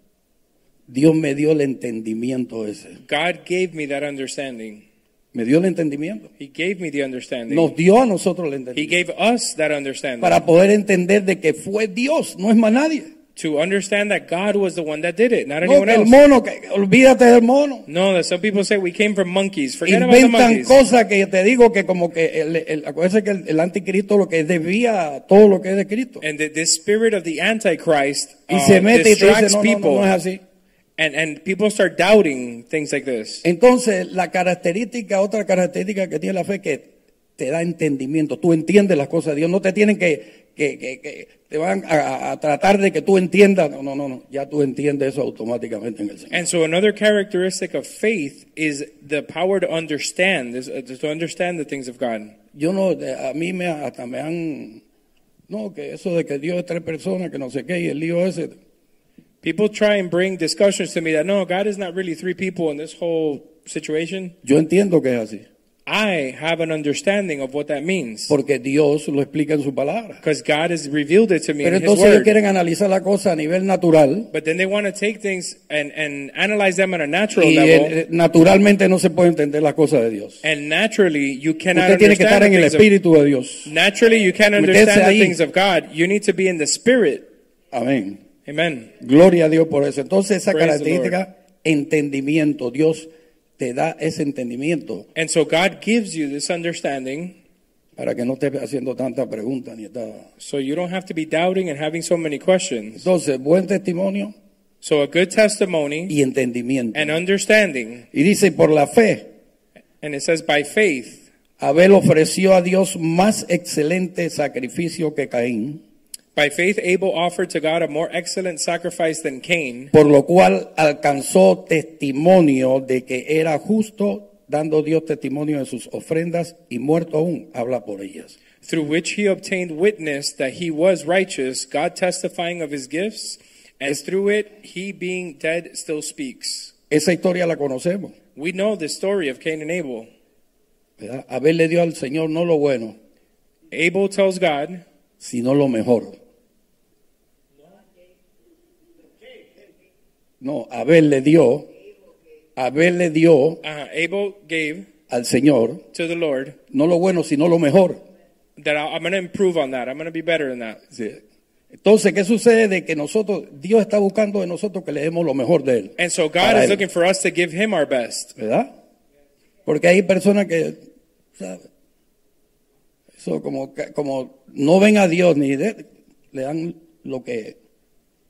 Dios me dio el entendimiento ese. God gave me that understanding. Me dio el entendimiento. He gave me the understanding. Nos dio a nosotros el He entendimiento. gave us that understanding Para poder entender de que fue Dios, no es más nadie. to understand that God was the one that did it, not No, anyone que el else. mono, que- olvídate del mono. No, that some people say we came from monkeys. Forget about the Inventan monkeys. cosas que te digo que como que el, el- acuérdense que el, el anticristo lo que debía a todo lo que es de Cristo. And the, this spirit of the Antichrist Y uh, se mete y te dice, distracts no, no, people. no, no es así. and, and people start doubting things like this. Entonces, la característica, otra característica que tiene la fe que te da entendimiento. Tú entiendes las cosas de Dios. No te tienen que, que, que- que te van a, a tratar de que tú entiendas. No, no, no, no. Ya tú entiendes eso automáticamente en el Señor. And so another characteristic of faith is the power to understand, is, uh, to understand the things of God. Yo no, de- a mí me, hasta me han, no, que eso de que Dios es tres personas, que no sé qué, y el lío ese. People try and bring discussions to me that no, God is not really three people in this whole situation. Yo entiendo que es así. I have an understanding of what that means Porque Dios lo explica en su palabra. because God has revealed it to me Pero in His entonces ellos Word. quieren analizar la cosa a nivel natural. But then they want to take things and, and analyze them on a natural Y level. eh, naturalmente no se puede entender las cosas de Dios. and naturally, you cannot Usted tiene que estar understand en the el things of- Espíritu de Dios. Naturally, you can't Meterse understand the ahí. things of God. You need to be in the Spirit. Amén. Amen. Gloria a Dios por eso. Entonces esa Praise the característica, entendimiento. Dios te da ese entendimiento And so God gives you this understanding para que no estés haciendo tanta pregunta ni esta- so you don't have to be doubting and having so many questions. Entonces, buen testimonio So a good testimony y entendimiento. and understanding. Y dice, por la fe, And it says by faith, Abel ofreció a Dios más excelente sacrificio que Caín, by faith Abel offered to God a more excellent sacrifice than Cain, por lo cual alcanzó testimonio de que era justo, dando Dios testimonio de sus ofrendas y muerto aún, habla por ellas. through which he obtained witness that he was righteous, God testifying of his gifts, and through it he being dead still speaks. Esa historia la conocemos. We know the story of Cain and Abel. ¿verdad? Abel le dio al Señor no lo bueno, Abel tells God, sino lo mejor. No, Abel le dio, Abel le dio uh, Abel gave al Señor to the Lord no lo bueno, sino lo mejor. that I, I'm going to improve on that. I'm going to be better in that. Sí. Entonces, ¿qué sucede? De que nosotros, Dios está buscando de nosotros que le demos lo mejor de Él. And so God Para is él, looking for us to give Him our best. ¿Verdad? Porque hay personas que, ¿sabes? Eso, como, que- como no ven a Dios ni de- le dan lo que,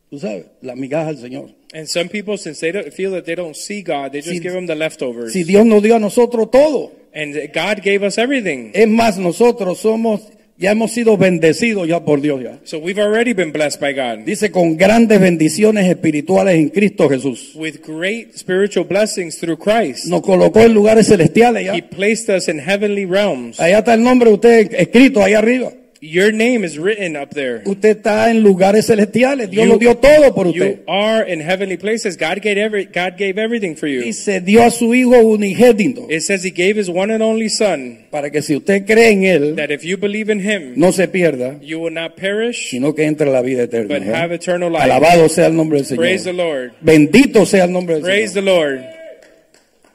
tú sabes, las migajas al Señor. And some people, since they don't feel that they don't see God, they just Si- give Him the leftovers. Si Dios nos dio a nosotros todo, and God gave us everything. es más, nosotros somos, ya hemos sido bendecidos ya por Dios ya. So we've already been blessed by God Dice con grandes bendiciones espirituales en Cristo Jesús. with great spiritual blessings through Christ. Nos colocó en lugares celestiales He ya. placed us in heavenly realms. Allá está el nombre de usted escrito ahí arriba. Your name is written up there. Usted está en lugares celestiales. Dios You- lo dio todo por You usted. are in heavenly places. God gave every God gave everything for you. Y se dio a su hijo unigénito It says He gave His one and only Son para que si usted cree en él, that if you believe in Him, no se pierda, you will not perish sino que entre a la vida eterna. but ¿verdad? have eternal life. Alabado sea el nombre del Praise the Señor. Lord. Bendito sea el nombre del Praise the Señor. Lord.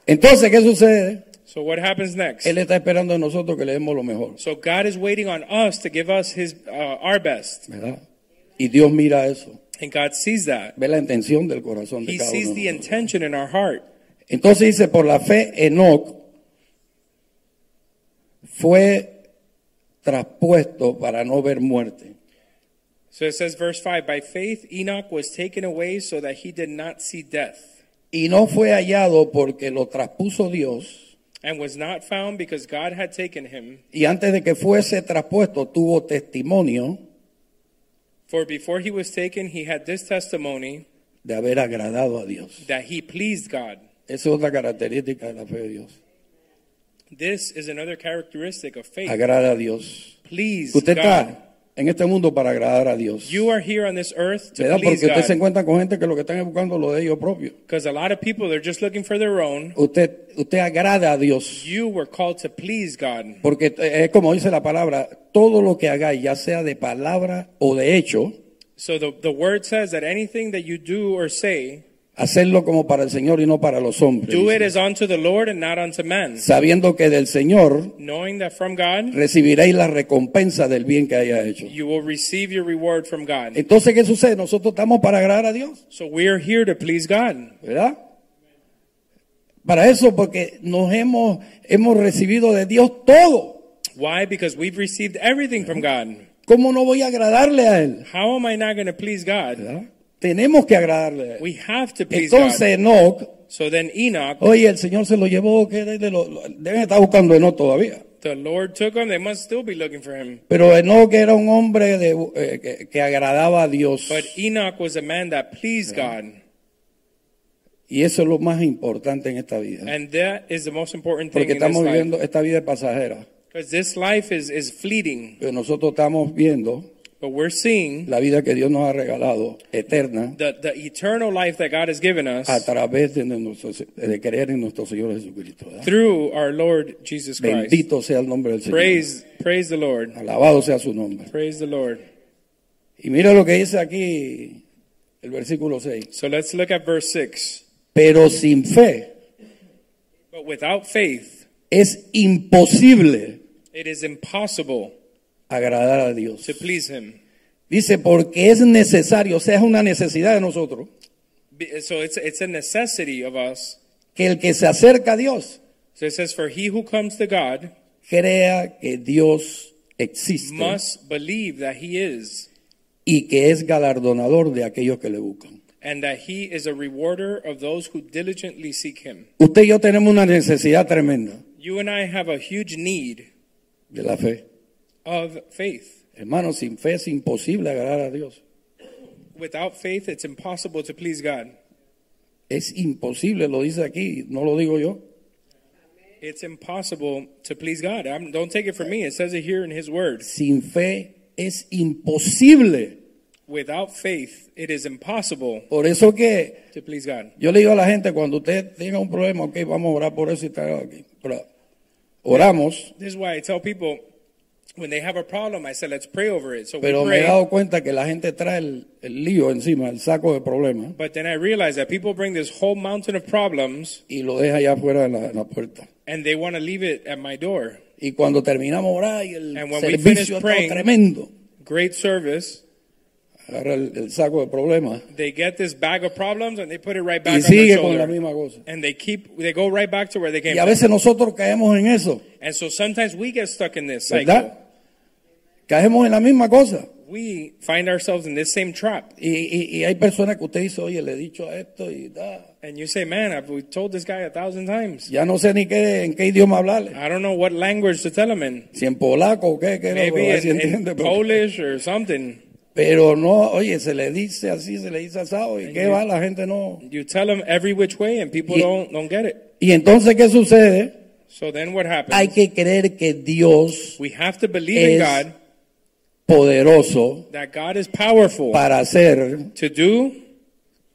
Entonces, ¿qué sucede? So what happens next? Él está esperando de nosotros que le demos lo mejor. So God is waiting on us to give us His uh, our best, ¿verdad? Y Dios mira eso. and God sees that. Ve la intención del corazón de He cada uno. sees de the nosotros. intention in our heart. Entonces dice, por la fe, Enoc fue traspuesto para no ver muerte. So it says, verse 5 By faith, Enoch was taken away so that he did not see death, Y no fue hallado porque lo traspuso Dios. and was not found because God had taken him. Y antes de que fuese traspuesto, tuvo testimonio For before he was taken, he had this testimony de haber agradado a Dios. that he pleased God. Esa es otra característica de la fe de Dios. This is another characteristic of faith. Agrada a Dios. Please Usted God. está en este mundo para agradar a Dios. You are here on this earth to ¿Verdad? please Porque usted se God. encuentra con gente que lo que están es buscando lo de ellos propios. Because a lot of people, they're just looking for their own. Usted, usted agrada a Dios. You were called to please God. Porque eh, es como dice la palabra, todo lo que hagáis, ya sea de palabra o de hecho, So the, the word says that anything that you do or say, hacerlo como para el Señor y no para los hombres. do it dice. as unto the Lord and not unto men. Sabiendo que del Señor Knowing that from God, recibiréis la recompensa del bien que haya hecho. you will receive your reward from God. Entonces, ¿qué sucede? Nosotros estamos para agradar a Dios, So we are here to please God. ¿verdad? Para eso, porque nos hemos, hemos recibido de Dios todo. Why? Because we've received everything from God. ¿Cómo no voy a agradarle a Él? How am I not going to please God? ¿Verdad? Tenemos que agradarle a Él. We have to please God. Entonces Enoch, So then Enoch, oye, el Señor se lo llevó, que de- de lo- lo- deben estar buscando a Enoch todavía. the Lord took him. They must still be looking for him. Pero Enoch era un hombre de, eh, que, que agradaba a Dios. But Enoch was a man that pleased God. Y eso es lo más importante en esta vida. And that is the most important thing Porque in this estamos life. viviendo, esta vida es pasajera. Because this life is, is fleeting. Pero nosotros estamos viendo But we're seeing la vida que Dios nos ha regalado, eterna, the, the eternal life that God has given us a través de, nuestro- de creer en nuestro Señor Jesucristo. ¿verdad? through our Lord Jesus Christ. Bendito sea el nombre del Señor. Praise, praise the Lord. Alabado sea su nombre. Praise the Lord. Y mira lo que dice aquí el versículo 6. So let's look at verse 6. Pero sin fe But without faith, es imposible it is impossible agradar a Dios. to please him. Dice, porque es necesario, o sea, es una necesidad de nosotros, Be- So it's, it's a necessity of us. que el que se acerca a Dios So it says, For he who comes to God crea que Dios existe must believe that he is, y que es galardonador de aquellos que le buscan. and that he is a rewarder of those who diligently seek him. Usted y yo tenemos una necesidad tremenda You and I have a huge need de la fe. of faith. Hermano, sin fe es imposible agradar a Dios. Without faith, it's impossible to please God. Es imposible, lo dice aquí, no lo digo yo. It's impossible to please God. I'm, don't take it from me. It says it here in His Word. Sin fe es imposible. Without faith, it is impossible Por eso que to please God. Yo le digo a la gente, cuando usted tenga un problema, ok, vamos a orar por eso y tal, ok, pero oramos, This is why I tell people when they have a problem, I say, let's pray over it. So pero we me he pray. dado cuenta que la gente trae el, el lío encima, el saco de problemas, But then I realize that people bring this whole mountain of problems y lo deja allá afuera en la, en la puerta. and they want to leave it at my door. Y cuando terminamos de orar y el And when we finish servicio praying- está tremendo, Great service. agarra el, el saco de problemas They get this bag of problems and they put it right back y on sigue their con la shoulder. misma cosa. And they keep, they go right back to where they came Y a from. veces nosotros caemos en eso, And so sometimes we get stuck in this cycle. ¿verdad? Caemos en la misma cosa. We find ourselves in this same trap. Y, y- y hay personas que usted dice, oye, le he dicho a esto y da. And you say, man, I've we told this guy a thousand times. Ya no sé ni qué, en qué idioma hablarle. I don't know what language to tell him in. Si en polaco o qué, qué no, Maybe pero a ver si in, in entiende. Pero, Polish or something. pero no, oye, se le dice así, se le dice asado y qué you- va, la gente no. You tell them every which way and people Y- don't, don't get it. Y entonces, ¿qué sucede? So then what happens? Hay que creer que Dios we have to believe es- in God poderoso that God is powerful para hacer to do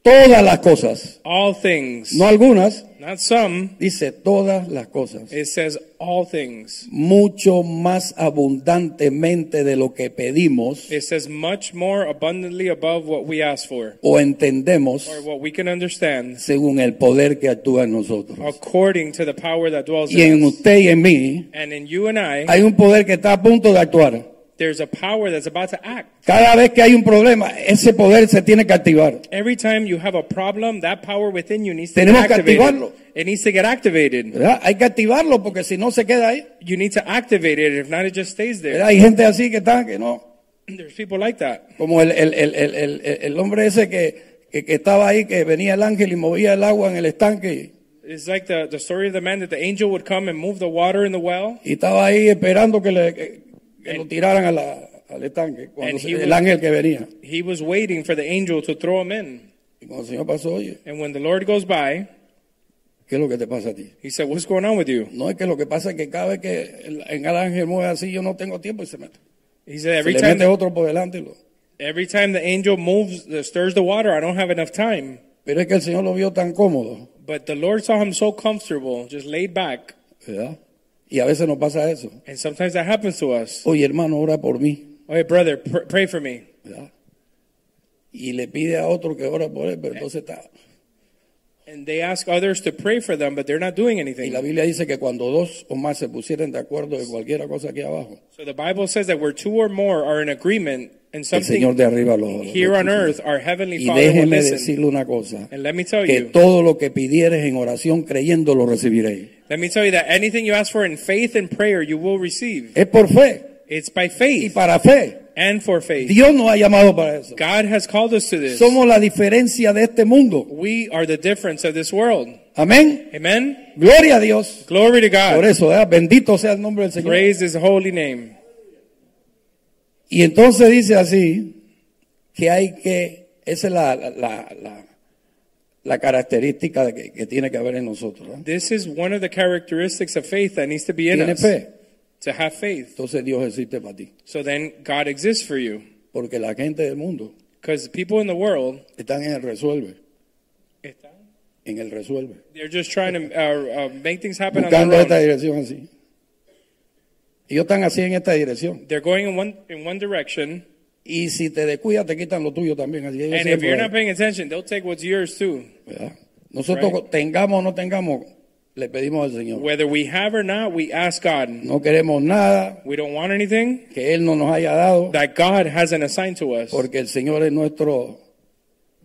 todas las cosas, all things. no algunas, Not some. dice todas las cosas, It says all things. mucho más abundantemente de lo que pedimos It says much more abundantly above what we ask for o entendemos or what we can understand según el poder que actúa en nosotros. according to the power that dwells Y en in us. usted y en mí And in you and I, hay un poder que está a punto de actuar. there's a power that's about to act. Cada vez que hay un problema, ese poder se tiene que activar. Every time you have a problem, that power within you needs to Tenemos get que activated. activarlo. It needs to get activated. ¿verdad? Hay que activarlo porque si no se queda ahí. You need to activate it. If not, it just stays there. ¿verdad? Hay gente así que está, que no. There's people like that. Como el, el, el, el, el, el hombre ese que, que, que estaba ahí, que venía el ángel y movía el agua en el estanque y, It's like the, the story of the man that the angel would come and move the water in the well. y estaba ahí esperando que, le, que, que lo tiraran a la- al estanque, cuando And se- he el was- ángel que venía. He was waiting for the angel to throw him in. Y cuando el Señor pasó, oye, And when the Lord goes by, ¿qué es lo que te pasa a ti? he said, What's going on with you? No es que lo que pasa es que cada vez que el, en el ángel mueve así, yo no tengo tiempo y se mete. He said, Se Every le mete time otro por delante. y lo- every time the angel moves, uh, stirs the water, I don't have enough time. pero es que el Señor lo vio tan cómodo, But the Lord saw him so comfortable, just laid back. ¿verdad? Y a veces nos pasa eso. And sometimes that happens to us. Oye, hermano, ora por mí, Hey, brother, pr- pray for me. ¿verdad? Y le pide a otro que ora por él, pero entonces está... And they ask others to pray for them, but they're not doing Y la anything. Biblia dice que cuando dos o más se pusieran de acuerdo de cualquier cosa aquí abajo, So the Bible says that where two or more are in agreement and el Señor something de arriba los los here on escucha. earth, our heavenly Y Father will déjeme listen. decirle una cosa, And let me tell que you, todo lo que pidieres en oración creyendo lo recibiréis. let me tell you that anything you ask for in faith and prayer, you will receive. Es por fe It's by y faith para fe. and for faith. Dios nos ha llamado para eso. God has called us to this. Somos la diferencia de este mundo. We are the difference of this world. Amén. Amen. Gloria a Dios. Glory to Por God. eso, ¿verdad? bendito sea el nombre del Señor. Praise his holy name. Y entonces dice así que hay que, esa es la, la, la, la- la característica de que, que tiene que haber en nosotros. ¿eh? This is one of the characteristics of faith that needs to be in Tiene us. fe, To have faith. entonces Dios existe para ti. So then God exists for you. Porque la gente del mundo Because people in the world, están en el resuelve, en el resuelve, they're just trying to uh, uh, make things happen on buscando their esta own. dirección así. Ellos están así en esta dirección. They're going in one in one direction, Y si te descuidas, te quitan lo tuyo también. Así ellos and if siempre you're van, not paying attention, they'll take what's yours too. ¿verdad? Nosotros Right. tengamos o no tengamos, le pedimos al Señor. Whether we have or not, we ask God. No queremos nada We don't want anything que Él no nos haya dado. that God hasn't assigned to us, Porque el Señor es nuestro,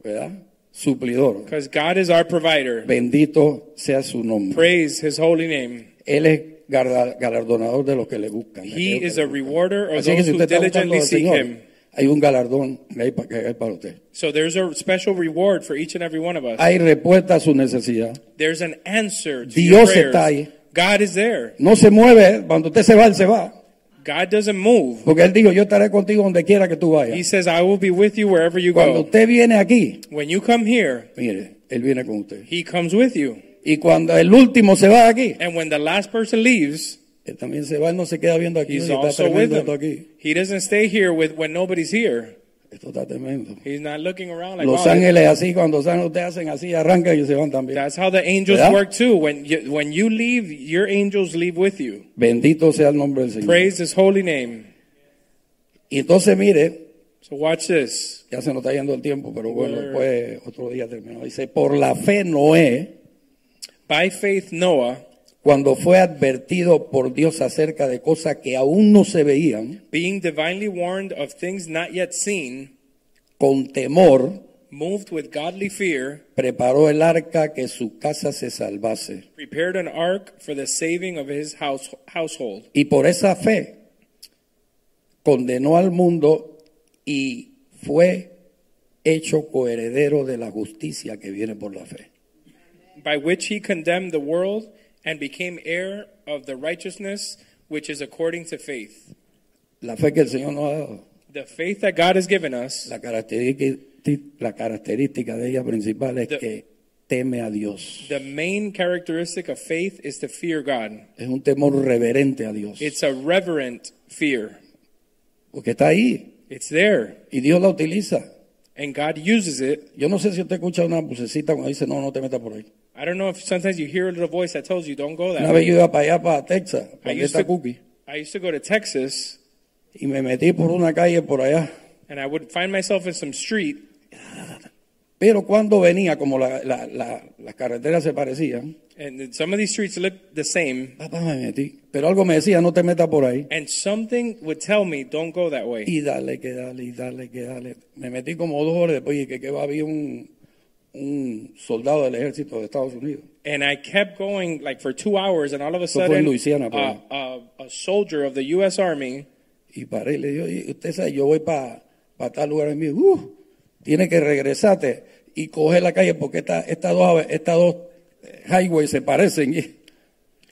¿verdad? Suplidor. because God is our provider. Bendito sea su nombre. Praise His holy name. Él es garda- galardonador de los que le buscan. He aquellos is que a le buscan. rewarder of Así que those si who usted está buscando diligently al seek Señor, Him. hay un galardón que hay para, que hay para usted. So there's a special reward for each and every one of us. Hay respuesta a su necesidad. There's an answer to your Dios está ahí. prayers. God is there. No se mueve. Cuando usted se va, Él se va. God doesn't move. Porque Él dijo, yo estaré contigo donde quiera que tú He vayas. says, I will be with you wherever you Cuando go. usted viene aquí, When you come here, mire, Él viene con usted. He comes with you. Y cuando el último se va de aquí, And when the last person leaves, Él también se va, Él no se queda viendo aquí. He's Oye, está also with tremendo esto them. aquí. He doesn't stay here with when nobody's here. Esto está tremendo. He's not looking around like Los "Wow, ángeles así, cuando los ángeles te hacen así, arrancan y se van también. That's how the angels ¿Verdad? work too. When you, when you leave, your angels leave with you. Bendito sea el nombre del Señor. Praise His holy name. Y entonces mire, So watch this. ya se nos está yendo el tiempo, pero bueno, Word. después otro día terminó. Dice, por la fe Noé, By faith, Noah, cuando fue advertido por Dios acerca de cosas que aún no se veían, Being divinely warned of things not yet seen, con temor moved with godly fear, preparó el arca que su casa se salvase. prepared an ark for the saving of his house, household. Y por esa fe condenó al mundo y fue hecho coheredero de la justicia que viene por la fe. by which he condemned the world and became heir of the righteousness which is according to faith. La fe que el Señor nos ha dado. The faith that God has given us, La característica, la característica de ella principal es The- que teme a Dios. the main characteristic of faith is to fear God. Es un temor reverente a Dios. It's a reverent fear. Porque está ahí It's there, y Dios la utiliza. and God uses it. Yo no sé si usted escucha una vocecita cuando dice, no, no te metas por ahí. I don't know if sometimes you hear a little voice that tells you, don't go that Una way. vez yo iba para allá, para Texas, I para used, esta to, cookie, I used to go to Texas, y me metí por una calle por allá. and I would find myself in some street, Pero cuando venía, como la- la- la- las carreteras se parecían, and then some of these streets looked the same, papá me metí. Pero algo me decía, no te metas por ahí. and something would tell me, don't go that way. Y dale, que dale, y dale, que dale. Me metí como dos horas después y que, que va, había un, un soldado del ejército de Estados Unidos. And I kept going like for two hours, and all of a fue en sudden, Luisiana, uh, uh, a soldier of the U.S. Army, Y paré y le digo, "Oye, usted sabe, yo voy para tal lugar. Y me dijo, "Uh, tiene que regresarte y coger la calle porque esta- estas dos, ave- estas dos eh, highways se parecen. Y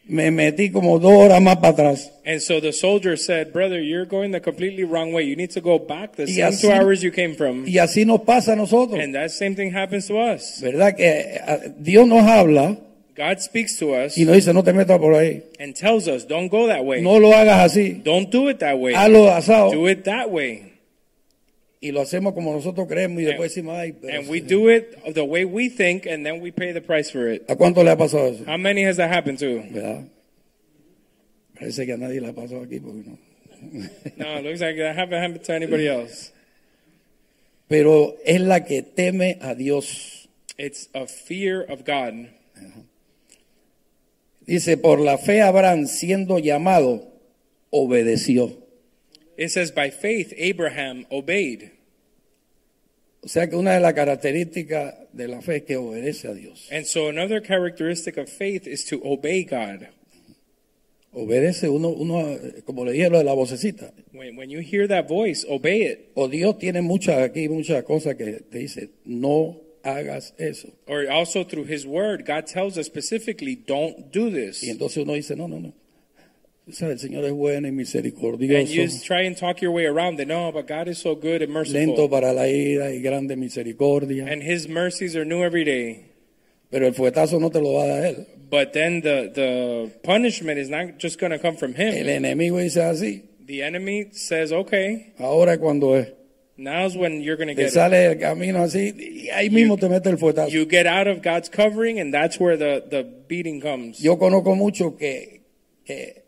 me metí como dos horas más para atrás. and so the soldier said, "Brother, you're going the completely wrong way. You need to go back the Y same así- two hours you came from." Y así nos pasa a nosotros. And that same thing happens to us. ¿Verdad que eh, eh, Dios nos habla God speaks to us y nos dice, no te metas por ahí, and tells us, "Don't go that way. no lo hagas así, Don't do it that way. hazlo asado. Do it that way." y lo hacemos como nosotros creemos y después decimos, ay, pero And we sí". do it the way we think, and then we pay the price for it. ¿a cuánto le ha pasado eso? How many has that happened to? ¿Verdad? Parece que a nadie le ha pasado aquí porque no. No, it looks like that haven't happened to anybody else. Pero es la que teme a Dios. It's a fear of God. Dice, por la fe Abraham siendo llamado, obedeció. It says, by faith, Abraham obeyed. O sea que una de las características de la fe es que obedece a Dios. And so another characteristic of faith is to obey God. Obedece uno, uno eh, como le dije lo de la vocecita. When, when you hear that voice, obey it. O Dios tiene muchas aquí, muchas cosas que te dice, no hagas eso. Or also through his word, God tells us specifically, don't do this. Y entonces uno dice, no, no, no. Tú sabes, El Señor es bueno y And misericordioso, you just try and talk your way around it. No, but God is so good and lento merciful. para la ira y grande misericordia. And his mercies are new every day. Pero el fuetazo no te lo va a dar él. But then the, the punishment is not just going to come from El him. enemigo dice así, The enemy says, okay, ahora cuando es. now's when you're going to Te get it. sale del camino así y ahí mismo te mete el fuetazo. You get out of God's covering, and that's where the, the beating comes. Yo conozco muchos que, que,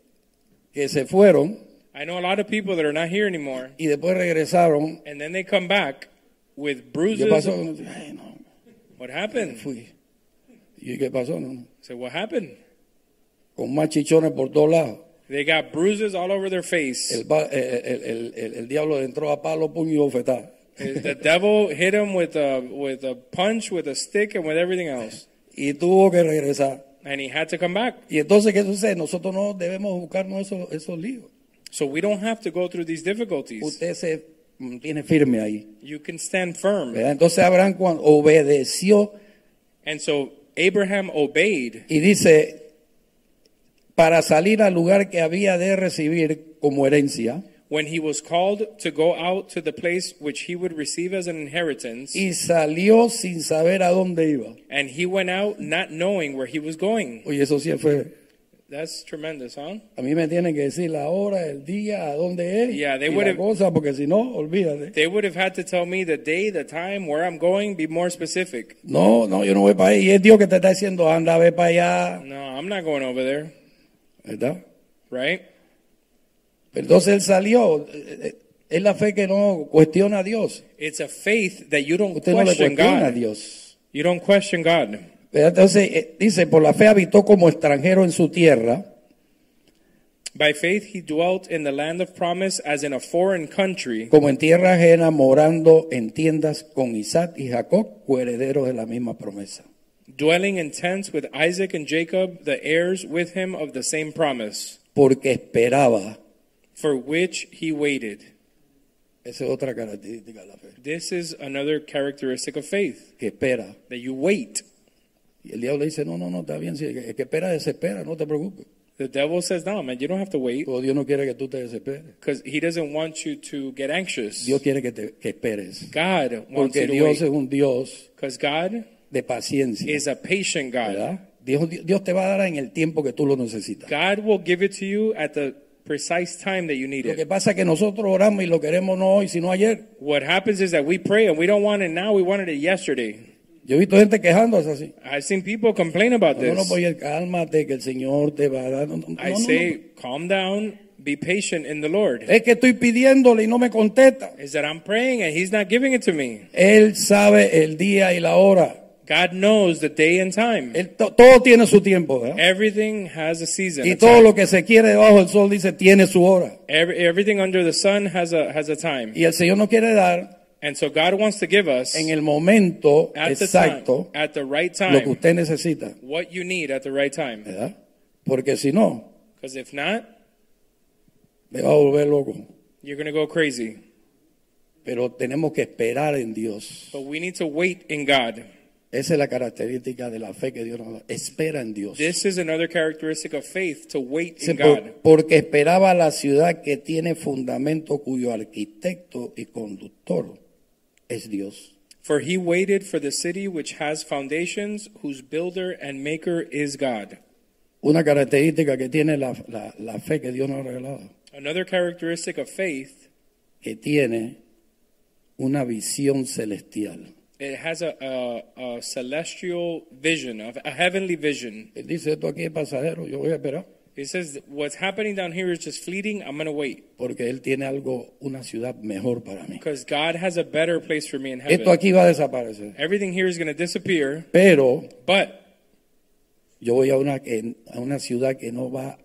que se fueron I know a lot of people that are not here anymore, y después regresaron. and then they come back with ¿Qué bruises. pasó? Ay, no, What me happened? fui. ¿Y qué pasó? No, no. So what happened? Con más chichones por todos lados. They got bruises all over their face. El, ba- el- el- el- el- el diablo entró a palo, puño y bofetada. the devil hit him with a with a punch, with a stick, and with everything else, Y tuvo que regresar. and he had to come back. Y entonces, ¿qué sucede? Nosotros no debemos buscarnos esos, esos líos. So we don't have to go through these difficulties. Usted se mantiene firme ahí. You can stand firm. ¿verdad? Entonces Abraham cuando obedeció And so Abraham obeyed, y dice, para salir al lugar que había de recibir como herencia, when he was called to go out to the place which he would receive as an inheritance, y salió sin saber a dónde iba. and he went out not knowing where he was going. Oye, eso sí fue... That's tremendous, huh? A mí me tienen que decir la hora, el día, a dónde es, Yeah, they y la would've- cosa, porque si no, olvídate. They would have had to tell me the day, the time, where I'm going, be more specific. No, no, yo no voy para ahí. Y es Dios que te está diciendo, anda, ve para allá. No, I'm not going over there, ¿Verdad? right? Pero Entonces él salió. Eh, eh, Es la fe que no cuestiona a Dios. It's a faith that you don't Usted no le question cuestiona a God. Dios. You don't question God. Entonces eh, dice, por la fe habitó como extranjero en su tierra. By faith he dwelt in the land of promise as in a foreign country, como en tierra ajena, morando en tiendas con Isaac y Jacob, coherederos de la misma promesa. dwelling in tents with Isaac and Jacob, the heirs with him of the same promise, Porque esperaba, for which he waited. esa es otra característica de la fe, This is another characteristic of faith, que espera. that you wait. Y el diablo le dice, no, no, no, está bien, si el que espera desespera, no te preocupes. The devil says, no, man, you don't have to wait Pero Dios no quiere que tú te desesperes. because he doesn't want you to get anxious. Dios quiere que, te, que esperes. God wants Porque you to Dios es wait un Dios because God de paciencia. is a patient God. ¿verdad? Dios, Dios te va a dar en el tiempo que tú lo necesitas. God will give it to you at the precise time that you need Lo que it. pasa es que nosotros oramos y lo queremos no hoy, sino ayer. What happens is that we pray and we don't want it now, we wanted it yesterday. Yo he visto gente quejándose así. I've seen people complain about No, no, this. pues cálmate, que el Señor te va a dar. No, no, I no, say, no. calm down, be patient in the Lord. Es que estoy pidiéndole y no me contesta. Is that I'm praying and He's not giving it to me. Él sabe el día y la hora. God knows the day and time. Él to- todo tiene su tiempo, ¿verdad? Everything has a season. Y a todo time. lo que se quiere debajo del sol dice tiene su hora. Every, everything under the sun has a has a time. Y el Señor no quiere dar And so God wants to give us en el momento at the exacto time, at the right lo que time, usted necesita, what you need at the right time. ¿verdad? Porque si no, Because if not, me va a volver loco. you're gonna go crazy. Pero tenemos que esperar en Dios. But we need to wait in God. Esa es la característica de la fe que Dios nos da. Espera en Dios. This is another characteristic of faith to wait Dice, in por- God. porque esperaba la ciudad que tiene fundamento cuyo arquitecto y conductor es Dios. For he waited for the city which has foundations, whose builder and maker is God. Una característica que tiene la, la- la fe que Dios nos ha regalado, Another characteristic of faith, que tiene una visión celestial. it has a, a, a celestial vision, of a heavenly vision. Él dice, esto aquí es pasajero, yo voy a esperar, It says, what's happening down here is just fleeting. I'm going to wait porque Él tiene algo, una ciudad mejor para mí. because God has a better place for me in heaven. Esto aquí va a desaparecer, Everything here is going to disappear, pero but yo voy a una, que- a una ciudad que no va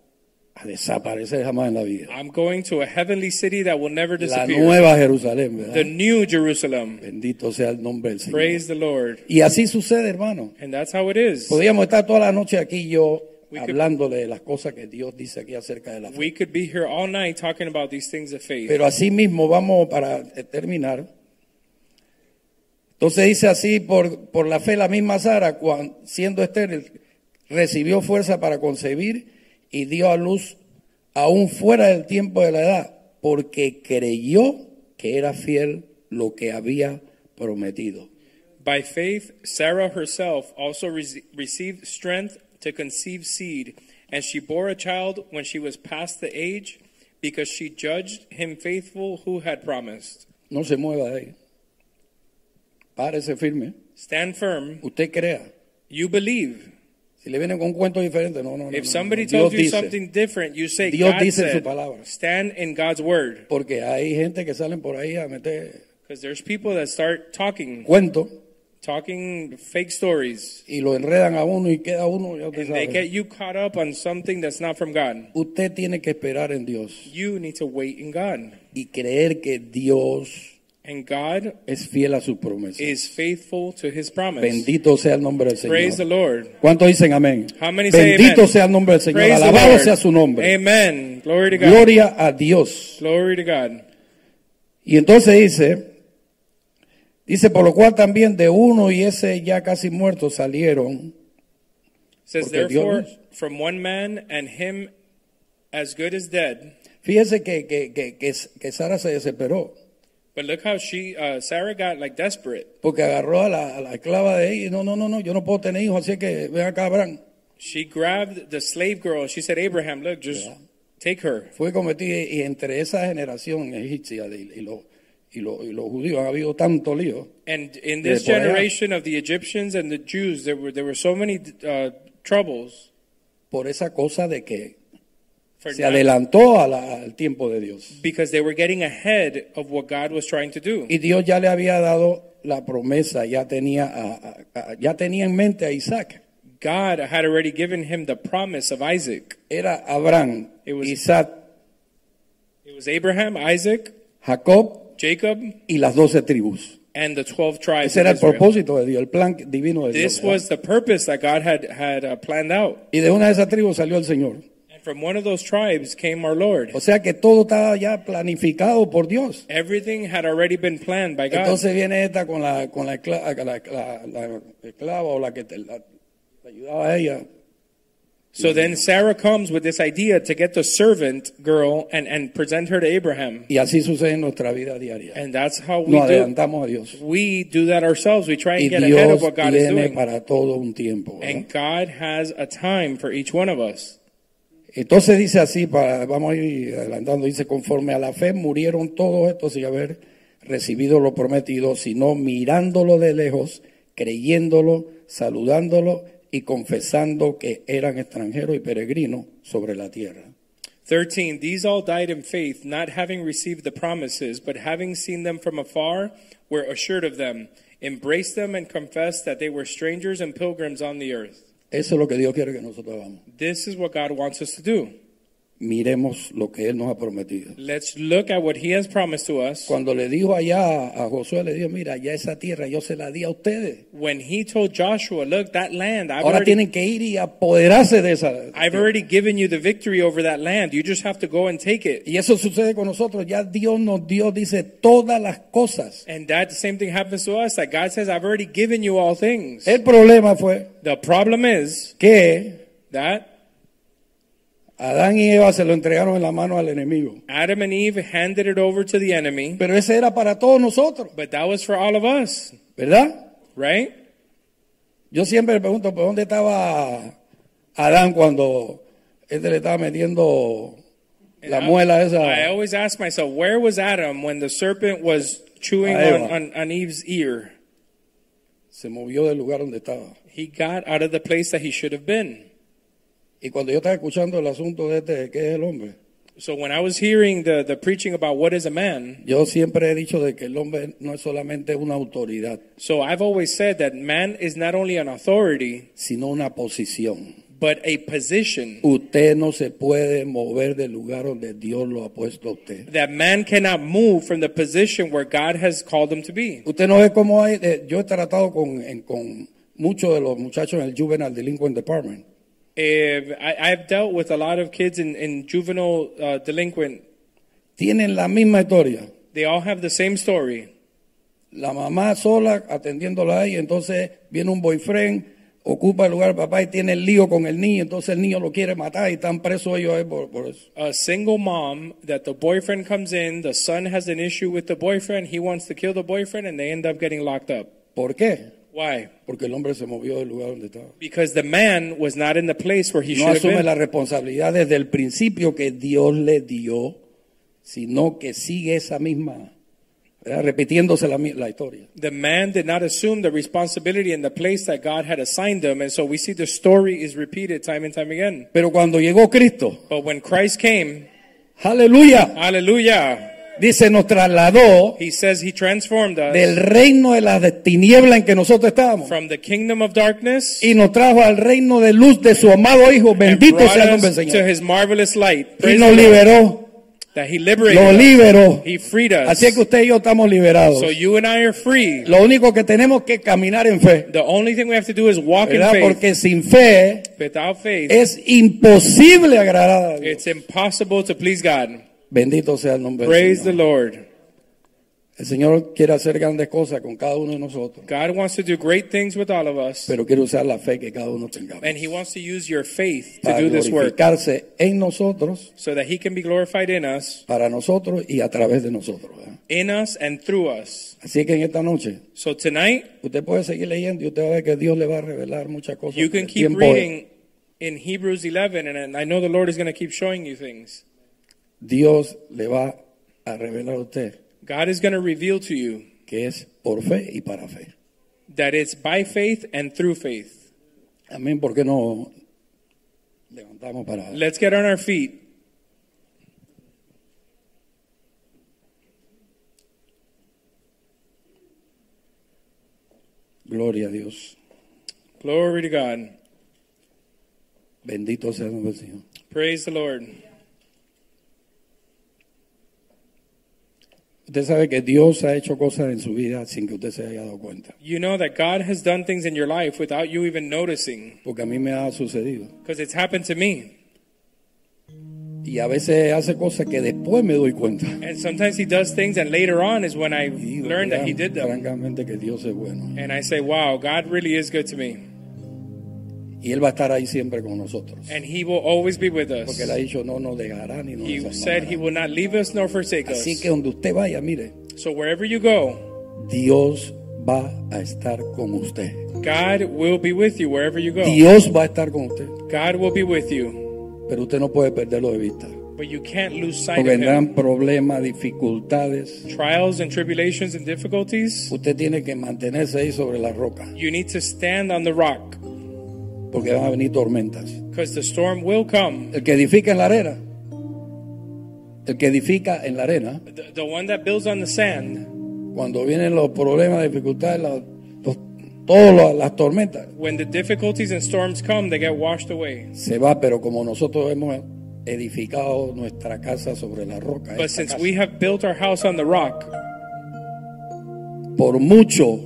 a desaparecer jamás en la vida. I'm going to a heavenly city that will never La disappear. nueva Jerusalén, ¿verdad? The new Jerusalem. Bendito sea el nombre del Señor. Praise the Lord. Y así sucede, hermano. And that's how it is. Podríamos estar toda la noche aquí yo We could- hablándole de las cosas que Dios dice aquí acerca de la fe. We could be here all night talking about these things of faith. Pero así mismo vamos para eh, terminar. Entonces dice así, por, por la fe la misma Sara, cuan- siendo estéril, recibió fuerza para concebir y dio a luz aún fuera del tiempo de la edad, porque creyó que era fiel lo que había prometido. By faith, Sarah herself also re- received strength to conceive seed, and she bore a child when she was past the age, because she judged him faithful who had promised. No se mueva de ahí. Párese firme. Stand firm. Usted crea. You believe. Si le vienen con cuentos diferentes, no, no, no. If no, somebody no. Dios tells you dice, something different, you say, Dios God dice en su palabra. said, stand in God's word. Porque hay gente que salen por ahí a meter Because there's people that start talking, cuentos talking fake stories, y lo enredan a uno y queda uno, ya usted and sabe. they get you caught up on something that's not from God. Usted tiene que esperar en Dios You need to wait in God. y creer que Dios And God es fiel a su promesa. is faithful to his promise. Bendito sea el nombre del Praise the Señor. Lord. ¿Cuántos dicen amén? How many say Bendito amen? sea el nombre del Señor. Praise the Alabado Lord. sea su nombre. Amen. Glory to God. Gloria a Dios. Glory to God. Y entonces dice, dice, por lo cual también de uno y ese ya casi muerto salieron. Says Porque Dios therefore es. from one man and him as good as dead. Fíjese que, que, que, que, que Sara se desesperó, But look how she uh, Sarah got like desperate. porque agarró a la, a la esclava de ella y no, no, no, no, yo no puedo tener hijos, así que ven acá, Abraham. She grabbed the slave girl and she said, Abraham, look, just take her. Fue cometida y entre esa generación egipcia de- y, los y, los- y los judíos ha habido tanto lío. And in this por allá. generation of the Egyptians and the Jews, there were there were so many uh, troubles por esa cosa de que for se not- adelantó a la- al tiempo de Dios. because they were getting ahead of what God was trying to do. Y Dios ya le había dado la promesa, ya tenía, a- a- a- ya tenía en mente a Isaac. God had already given him the promise of Isaac. Era Abraham, It was- Isaac, It was Abraham, Isaac, Jacob Jacob, y las doce tribus. and the 12 tribes. Ese era of el Israel. propósito de Dios, el plan divino de Dios. This was the purpose that God had, had uh, planned out. Y de una de esas tribus salió el Señor. And from one of those tribes came our Lord. O sea que todo estaba ya planificado por Dios. Everything had already been planned by God. Entonces viene esta con la, con la, escla- la- la- la esclava o la que te- la- la ayudaba a ella. so then Sarah comes with this idea to get the servant girl and, and present her to Abraham. Y así sucede en nuestra vida diaria. And that's how we Nos do. adelantamos a Dios. We do that ourselves. We try Y and get ahead of Dios what God is tiene doing. para todo un tiempo. ¿verdad? And God has a time for each one of us. Entonces dice así, para- vamos a ir adelantando, dice, conforme a la fe murieron todos estos sin haber recibido lo prometido, sino mirándolo de lejos, creyéndolo, saludándolo y confesando que eran extranjeros y peregrinos sobre la tierra. 13. These all died in faith, not having received the promises, but having seen them from afar, were assured of them, embraced them, and confessed that they were strangers and pilgrims on the earth. Eso es lo que Dios quiere que nosotros hagamos. This is what God wants us to do. Miremos lo que Él nos ha prometido. Let's look at what He has promised to us. Cuando le dijo allá a Josué, le dijo, mira, ya esa tierra yo se la di a ustedes. When He told Joshua, Look, that land, I've, Ahora already, tienen que ir y apoderarse de esa. I've already given you the victory over that land. You just have to go and take it. Y eso sucede con nosotros. Ya Dios nos dio, dice, todas las cosas. And that same thing happens to us that God says, I've already given you all things. El problema fue The problem is que that Adán y Eva se lo entregaron en la mano al enemigo. Adam and Eve handed it over to the enemy, Pero ese era para todos nosotros, but that was for all of us, ¿verdad? right? Yo siempre me pregunto, ¿por dónde estaba Adán cuando este le estaba metiendo la muela I esa? always ask myself, where was Adam when the serpent was chewing A on, Eva. on, on Eve's ear? Se movió del lugar donde estaba. He got out of the place that he should have been. Y cuando yo estaba escuchando el asunto de este, ¿qué es el hombre? So when I was hearing the, the preaching about what is a man, Yo siempre he dicho de que el hombre no es solamente una autoridad, so I've always said that man is not only an authority, sino una posición. but a position. Usted no se puede mover del lugar donde Dios lo ha puesto a usted. That man cannot move from the position where God has called him to be. Usted no ve cómo hay. eh, yo he tratado con, en- con muchos de los muchachos en el Juvenile Delinquent Department. If, I, I've dealt with a lot of kids in, in juvenile uh, delinquent. Tienen la misma historia. They all have the same story. La mamá sola atendiéndola ahí, entonces viene un boyfriend, ocupa el lugar del papá y tiene el lío con el niño, entonces el niño lo quiere matar y están presos ellos ahí por, por eso. a single mom that the boyfriend comes in, the son has an issue with the boyfriend, he wants to kill the boyfriend, and they end up getting locked up. ¿Por qué? Why? Porque el hombre se movió del lugar donde estaba. Because the man was not in the place where he no should have asume been. la responsabilidad desde el principio que Dios le dio, sino que sigue esa misma, ¿verdad? repitiéndose la, mi- la historia. The man did not assume the responsibility in the place that God had assigned him, and so we see the story is repeated time and time again. Pero cuando llegó Cristo, But when Christ came, aleluya, hallelujah, dice, nos trasladó he says he transformed us del reino de las tinieblas en que nosotros estábamos from the kingdom of darkness y nos trajo al reino de luz de su amado Hijo, and bendito brought sea el nombre us del to Señor. his marvelous light. Y Praise nos the Lord. liberó, that he lo liberated. us. liberó. He freed us. Así es que usted y yo estamos liberados. So you and I are free. Lo único que tenemos que caminar en fe, The only thing we have to do is walk in ¿verdad? faith. Porque sin fe Without faith, Es imposible agradar a Dios. it's impossible to please God. Bendito sea el nombre del Praise the Señor. Lord. El Señor quiere hacer grandes cosas con cada uno de nosotros, God wants to do great things with all of us, pero quiere usar la fe que cada uno tengamos and He wants to use your faith to para do this work glorificarse en nosotros, so that He can be glorified in us, para nosotros y a través de nosotros. ¿verdad? in us, and through us. Así que en esta noche So tonight, usted puede seguir leyendo y usted va a ver que Dios le va a revelar muchas cosas. you can El keep tiempo es- reading in Hebrews 11, and- and I know the Lord is going to keep showing you things. Dios le va a revelar a usted God is going to reveal to you que es por fe y para fe. that it's by faith and through faith. Amén. ¿Por qué no levantamos para Let's get on our feet Gloria a Dios. Glory to God. Bendito sea el Señor. Praise the Lord. Usted sabe que Dios ha hecho cosas en su vida sin que usted se haya dado cuenta. You know that God has done things in your life without you even noticing Porque a mí me ha sucedido. because it's happened to me. Y a veces hace cosas que después me doy cuenta. And sometimes He does things, and later on is when I Y digo, learned that He "Mira, did them. Francamente que Dios es bueno. And I say, wow, God really is good to me. Y Él va a estar ahí siempre con nosotros. And He will always be with us. Porque Él ha dicho no nos dejará ni nos He said desamparará". He will not leave us nor forsake us. Así que donde usted vaya, mire, So wherever you go, Dios va a estar con usted. God will be with you wherever you go. Dios va a estar con usted. God will be with you. Pero usted no puede perderlo de vista. But you can't lose sight Porque of Him. vendrán problemas, dificultades. Trials and tribulations and difficulties, Usted tiene que mantenerse ahí sobre la roca. you need to stand on the rock Porque van a venir tormentas. because the storm will come. El que edifica en la arena. El que edifica en la arena. The, the one that builds on the sand, Cuando vienen los problemas, dificultades, las- los- todas las, las tormentas, when the difficulties and storms come, they get washed away. se va. Pero como nosotros hemos edificado nuestra casa sobre la roca, But esta since casa, we have built our house on the rock, por mucho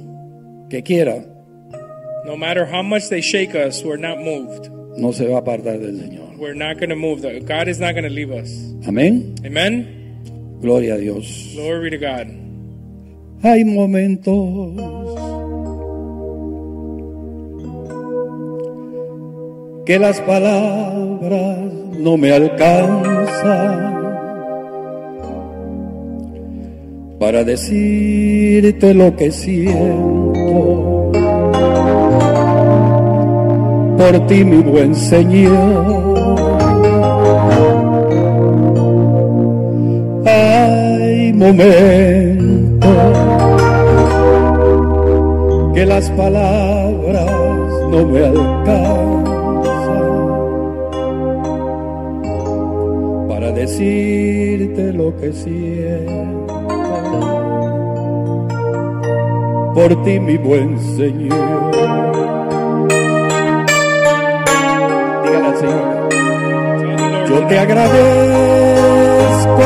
que quiera, no matter how much they shake us, we're not moved. no se va a apartar del Señor. We're not going to move. God is not going to leave us. Amén. Amen? Gloria a Dios. Glory to God. Hay momentos que las palabras no me alcanzan para decirte lo que siento. Por ti, mi buen Señor. Hay momentos que las palabras no me alcanzan para decirte lo que siento por ti, mi buen Señor. Dígale al Señor. Tell Yo the Lord te tonight, agradezco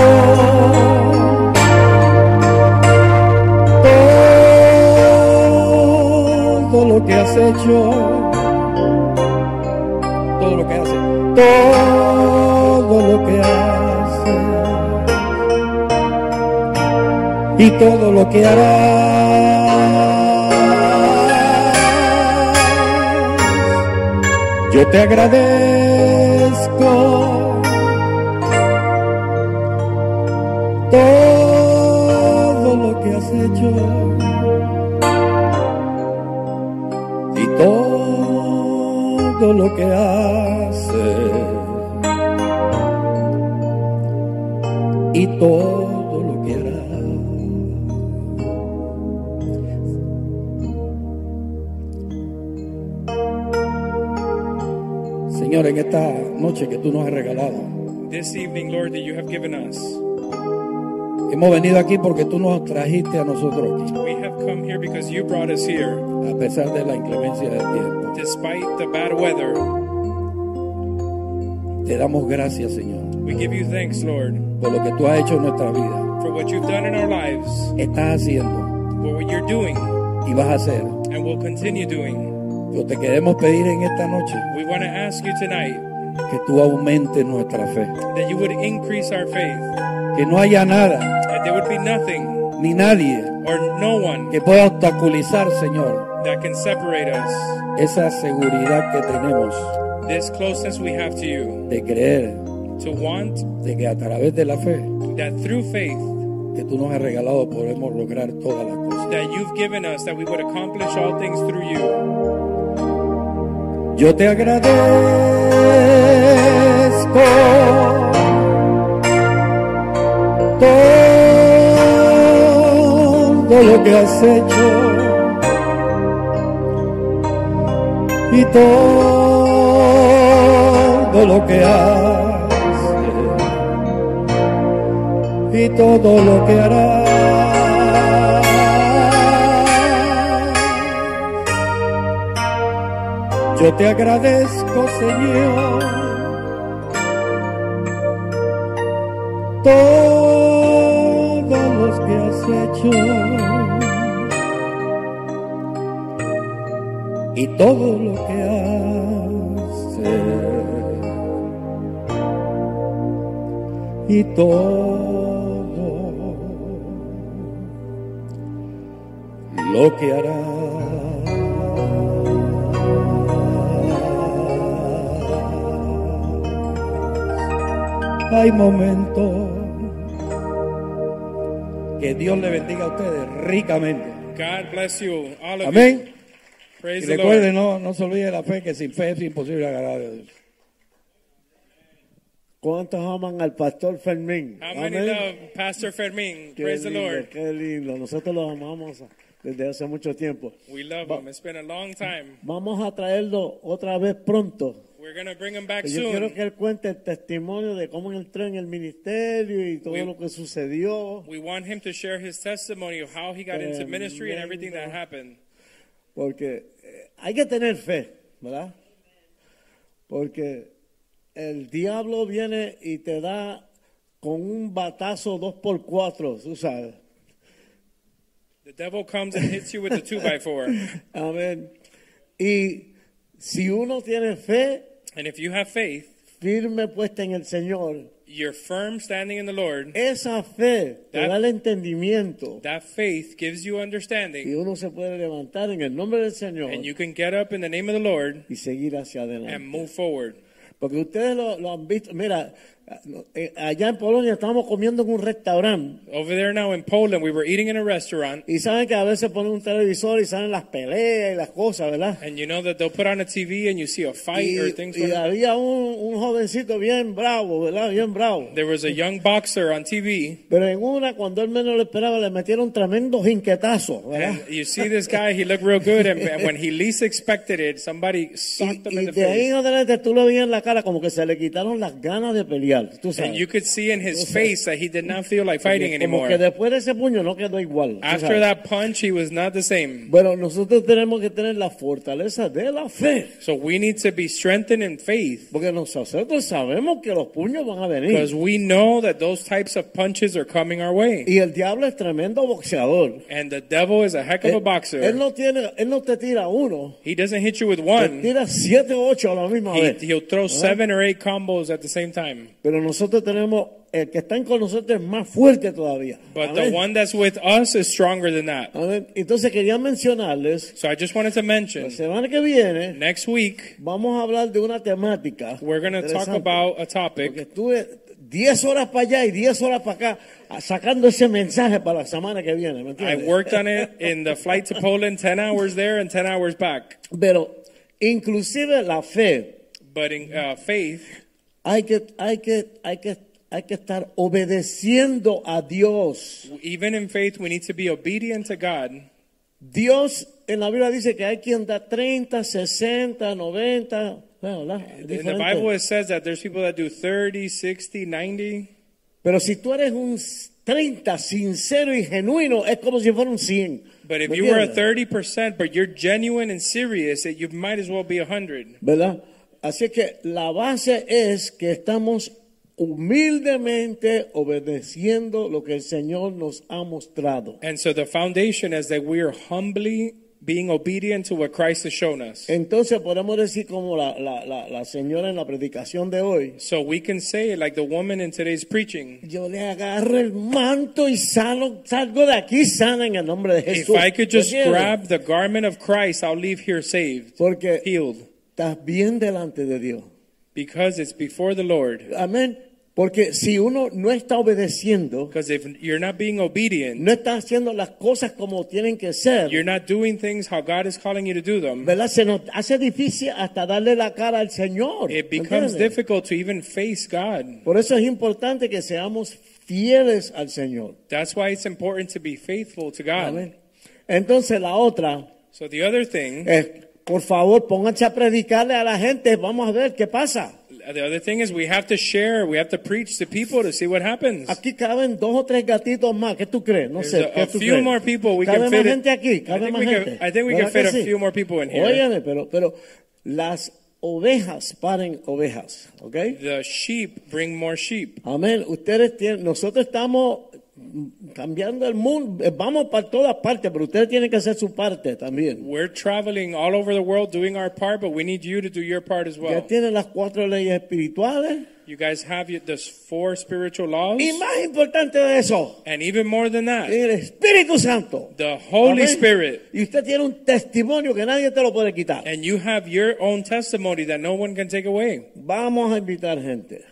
todo lo que has hecho, todo lo que haces, todo lo que haces y todo lo que harás. Yo te agradezco todo lo que has hecho y todo lo que haces y todo lo que harás. Señor, en esta noche que tú nos has regalado. This evening, Lord, that you have given us, Hemos venido aquí porque tú nos trajiste a nosotros aquí, we have come here because you brought us here, a pesar de la inclemencia del tiempo. despite the bad weather. Te damos gracias, Señor, We give you thanks, Lord, por lo que tú has hecho en nuestra vida. for what you've done in our lives, Estás haciendo for what you're doing, y vas a hacer. and will continue doing. Yo te queremos pedir en esta noche We want to ask you tonight que tú aumentes nuestra fe. that you would increase our faith, Que no haya nada that there would be nothing ni nadie or no one que pueda obstaculizar, Señor, that can separate us. esa seguridad que tenemos This closeness we have to you, de creer, to want de que a través de la fe that through faith que tú nos has regalado podemos lograr todas las cosas. that you've given us, that we would accomplish all things through you. Yo te agradezco todo lo que has hecho y todo lo que haces y todo lo que harás. Yo te agradezco, Señor, todos los que has hecho y todo lo que haces y todo lo que harás. Hay momentos que Dios le bendiga a ustedes ricamente. God bless you, all of you. Amén. Y Praise the Lord. recuerden, no, no se olvide la fe, que sin fe es imposible agradar a Dios. ¿Cuántos aman al pastor Fermín? How many Amén. love Pastor Fermin? Qué Praise the lindo, Lord. qué lindo. Nosotros los amamos desde hace mucho tiempo. We love Va- him. It's been a long time. Vamos a traerlo otra vez pronto. We're going to bring him back Yo quiero soon. que él cuente el testimonio de cómo él entró en el ministerio y todo We- lo que sucedió. We want him to share his testimony of how he got into ministry and everything that happened. Porque eh, hay que tener fe, ¿verdad? Porque el diablo viene y te da con un batazo dos por cuatro, tú sabes. The devil comes and hits you with a two by four. Amén. Y si uno tiene fe And if you have faith, firme puesta en el Señor, you're firm standing in the Lord. esa fe te That- da el entendimiento That faith gives you y understanding. uno se puede levantar en el nombre del Señor And you can get up in the name of the Lord y seguir hacia and adelante. move forward. Porque ustedes lo, lo han visto, mira, eh, allá en Polonia estábamos comiendo en un restaurante Over there now in Poland, we were eating in a restaurant. y saben que a veces ponen un televisor y salen las peleas y las cosas, ¿verdad? And you know that they'll put on a TV and you see a fight Y, or things. y going on. había un, un jovencito bien bravo, ¿verdad? Bien bravo. There was a young boxer on TV Pero en una, cuando él menos lo esperaba, le metieron tremendo jinquetazo, ¿verdad? And you see this guy, he looked real good, and, and when he least expected it, somebody socked Y, y him in the de ahí en face. adelante tú lo veías en la cara como que se le quitaron las ganas de pelear, tú And sabes. you could see in his face that he did not feel like fighting Como que anymore. después de ese puño no quedó igual. tú sabes. After that punch, he was not the same. Bueno, nosotros tenemos que tener la fortaleza de la fe, So we need to be strengthened in faith porque nosotros sabemos que los puños van a because venir. we know that those types of punches are coming our way. Y el diablo es tremendo boxeador. And the devil is a heck of a Él, Eh, él boxer. no tiene, él no te tira uno, He doesn't hit you with te one, tira siete o ocho a la misma he, vez. he'll throw seven or eight combos at the same time. Pero nosotros tenemos, el que está con nosotros es más fuerte todavía. But the Amén. one that's with us is stronger than that. Amén. Entonces quería mencionarles, So I just wanted to la mention semana que viene next week, vamos a hablar de una temática. We're going to talk interesante. about a topic. Porque estuve 10 horas para allá y 10 horas para acá a- sacando ese mensaje para la semana que viene. ¿me I entiendes? worked on it in the flight to Poland, 10 hours there and 10 hours back. Pero inclusive la fe, But in uh, faith, hay que, hay, que, hay, que, hay que estar obedeciendo a Dios. even in faith, we need to be obedient to God. Dios en la Biblia dice que hay quien da 30, 60, 90. Bueno, ¿verdad? Es In the diferente. Bible, it says that there's people that do 30, 60, 90. Pero si tú eres un 30 sincero y genuino, es como si fuera un 100. But if ¿Me you were a entiendes? 30%, but you're genuine and serious, it, you might as well be a 100. ¿Verdad? Así que la base es que estamos humildemente obedeciendo lo que el Señor nos ha mostrado. And so the foundation is that we are humbly being obedient to what Christ has shown us. Entonces podemos decir como la, la- la- la señora en la predicación de hoy, So we can say, like the woman in today's preaching, yo le agarro el manto y salo, salgo de aquí sana en el nombre de if Jesús. I could just ¿Entiendes? grab the garment of Christ, I'll leave here saved, Porque healed. estás bien delante de Dios. Because it's before the Lord. Amén. Porque si uno no está obedeciendo, Because if you're not being obedient, no está haciendo las cosas como tienen que ser, you're not doing things how God is calling you to do them. ¿verdad? Se nos hace difícil hasta darle la cara al Señor. It becomes ¿entiendes? difficult to even face God. Por eso es importante que seamos fieles al Señor. That's why it's important to be faithful to God. Amén. Entonces la otra So the other thing, es, por favor, pónganse a predicarle a la gente, vamos a ver qué pasa. the other thing is we have to share, we have to preach to people to see what happens. Aquí caben dos o tres gatitos más, ¿qué tú crees? No There's sé, a- ¿qué a tú few crees? more people we cabe más can fit it- gente aquí, I cabe think más we can- gente. I think we can ¿Verdad que fit a few more people in here. Óyeme, pero pero Las ovejas paren ovejas, ¿ok? The sheep bring more sheep. Amén. Ustedes tienen, nosotros estamos cambiando el mundo, eh, vamos para todas partes, pero ustedes tienen que hacer su parte también. We're traveling all over the world doing our part, but we need you to do your part as Ya well. tienen las cuatro leyes espirituales. You guys have your, those four spiritual laws, Y más importante de eso, and even more than that, el Espíritu Santo. the Holy Amén. Spirit. Eh. Y usted tiene un testimonio que nadie te lo puede quitar. And you have your own testimony that no one can take away. Vamos a invitar gente.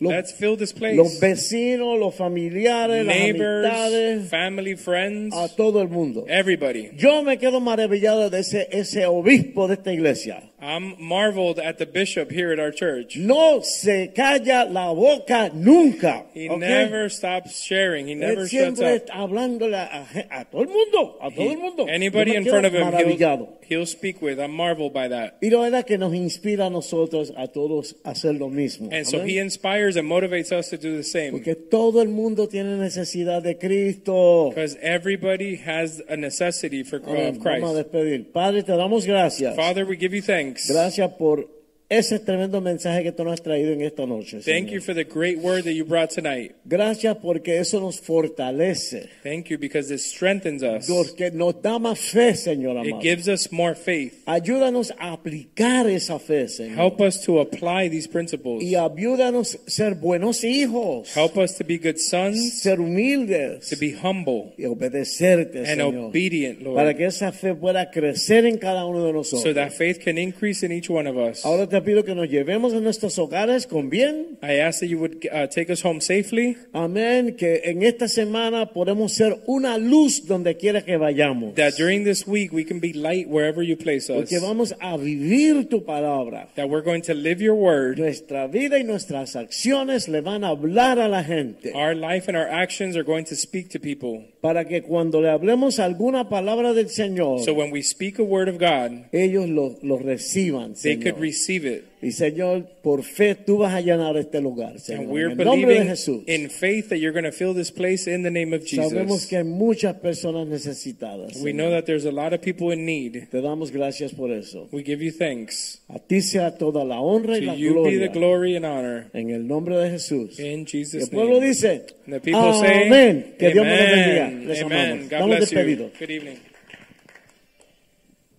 Los, Let's fill this los place. vecinos, los familiares, las Neighbors, Eh. amistades, family, friends, a todo el mundo. everybody. Yo me quedo maravillado de ese, ese obispo de esta iglesia. I'm marveled at the bishop here at our church. No se calla la boca nunca. He ¿ok? never stops sharing. He Él never shuts siempre up. está hablándole a, a- a todo el mundo, a todo el mundo. Yo Anybody me in quedo front of him, maravillado. he'll, he'll speak with. I'm marveled by that. Y la verdad que nos inspira a nosotros a todos a hacer lo mismo. And so Amén. he inspires and motivates us to do the same. Porque todo el mundo tiene necesidad de Cristo. Because everybody has a necessity for Amén. of Vamos a Christ. despedir. Padre, te damos gracias. Father, we give you thanks. Gracias por ese tremendo mensaje que tú nos has traído en esta noche. Thank Señor. you for the great word that you brought tonight. Gracias porque eso nos fortalece. Thank you because it strengthens us. Porque nos da más fe, Señor amado. It gives us more faith. Ayúdanos a aplicar esa fe, Señor. Help us to apply these principles. Y ayúdanos a ser buenos hijos. Help us to be good sons, ser humildes. to be humble, y obedecerte, and Señor. obedient, Lord. Para que esa fe pueda crecer en cada uno de nosotros. so that faith can increase in each one of us. Ahora te pido que nos llevemos a nuestros hogares con bien. I ask that you would uh, take us home safely. Amén. Que en esta semana podemos ser una luz donde quiera que vayamos. That during this week we can be light wherever you place us. Porque vamos a vivir tu palabra. That we're going to live your word. Nuestra vida y nuestras acciones le van a hablar a la gente. Our life and our actions are going to speak to people. Para que cuando le hablemos alguna palabra del Señor, So when we speak a word of God, ellos lo, lo reciban. they Señor. could receive it. Y Señor, por fe tú vas a llenar este lugar. Señor. And En we're el nombre de believing Jesús. in faith that you're going to fill this place in the name of Sabemos Jesus. que hay muchas personas necesitadas. We Señor. know that there's a lot of people in need. Te damos gracias por eso. We give you thanks. A ti sea toda la honra y To la you be the gloria. glory and honor. en el nombre de Jesús. In el Jesus' pueblo name. dice, And the people say, amén. Que Dios me los bendiga. Amen. Les Amen. amamos. God Estamos bless you. despedidos. Good evening.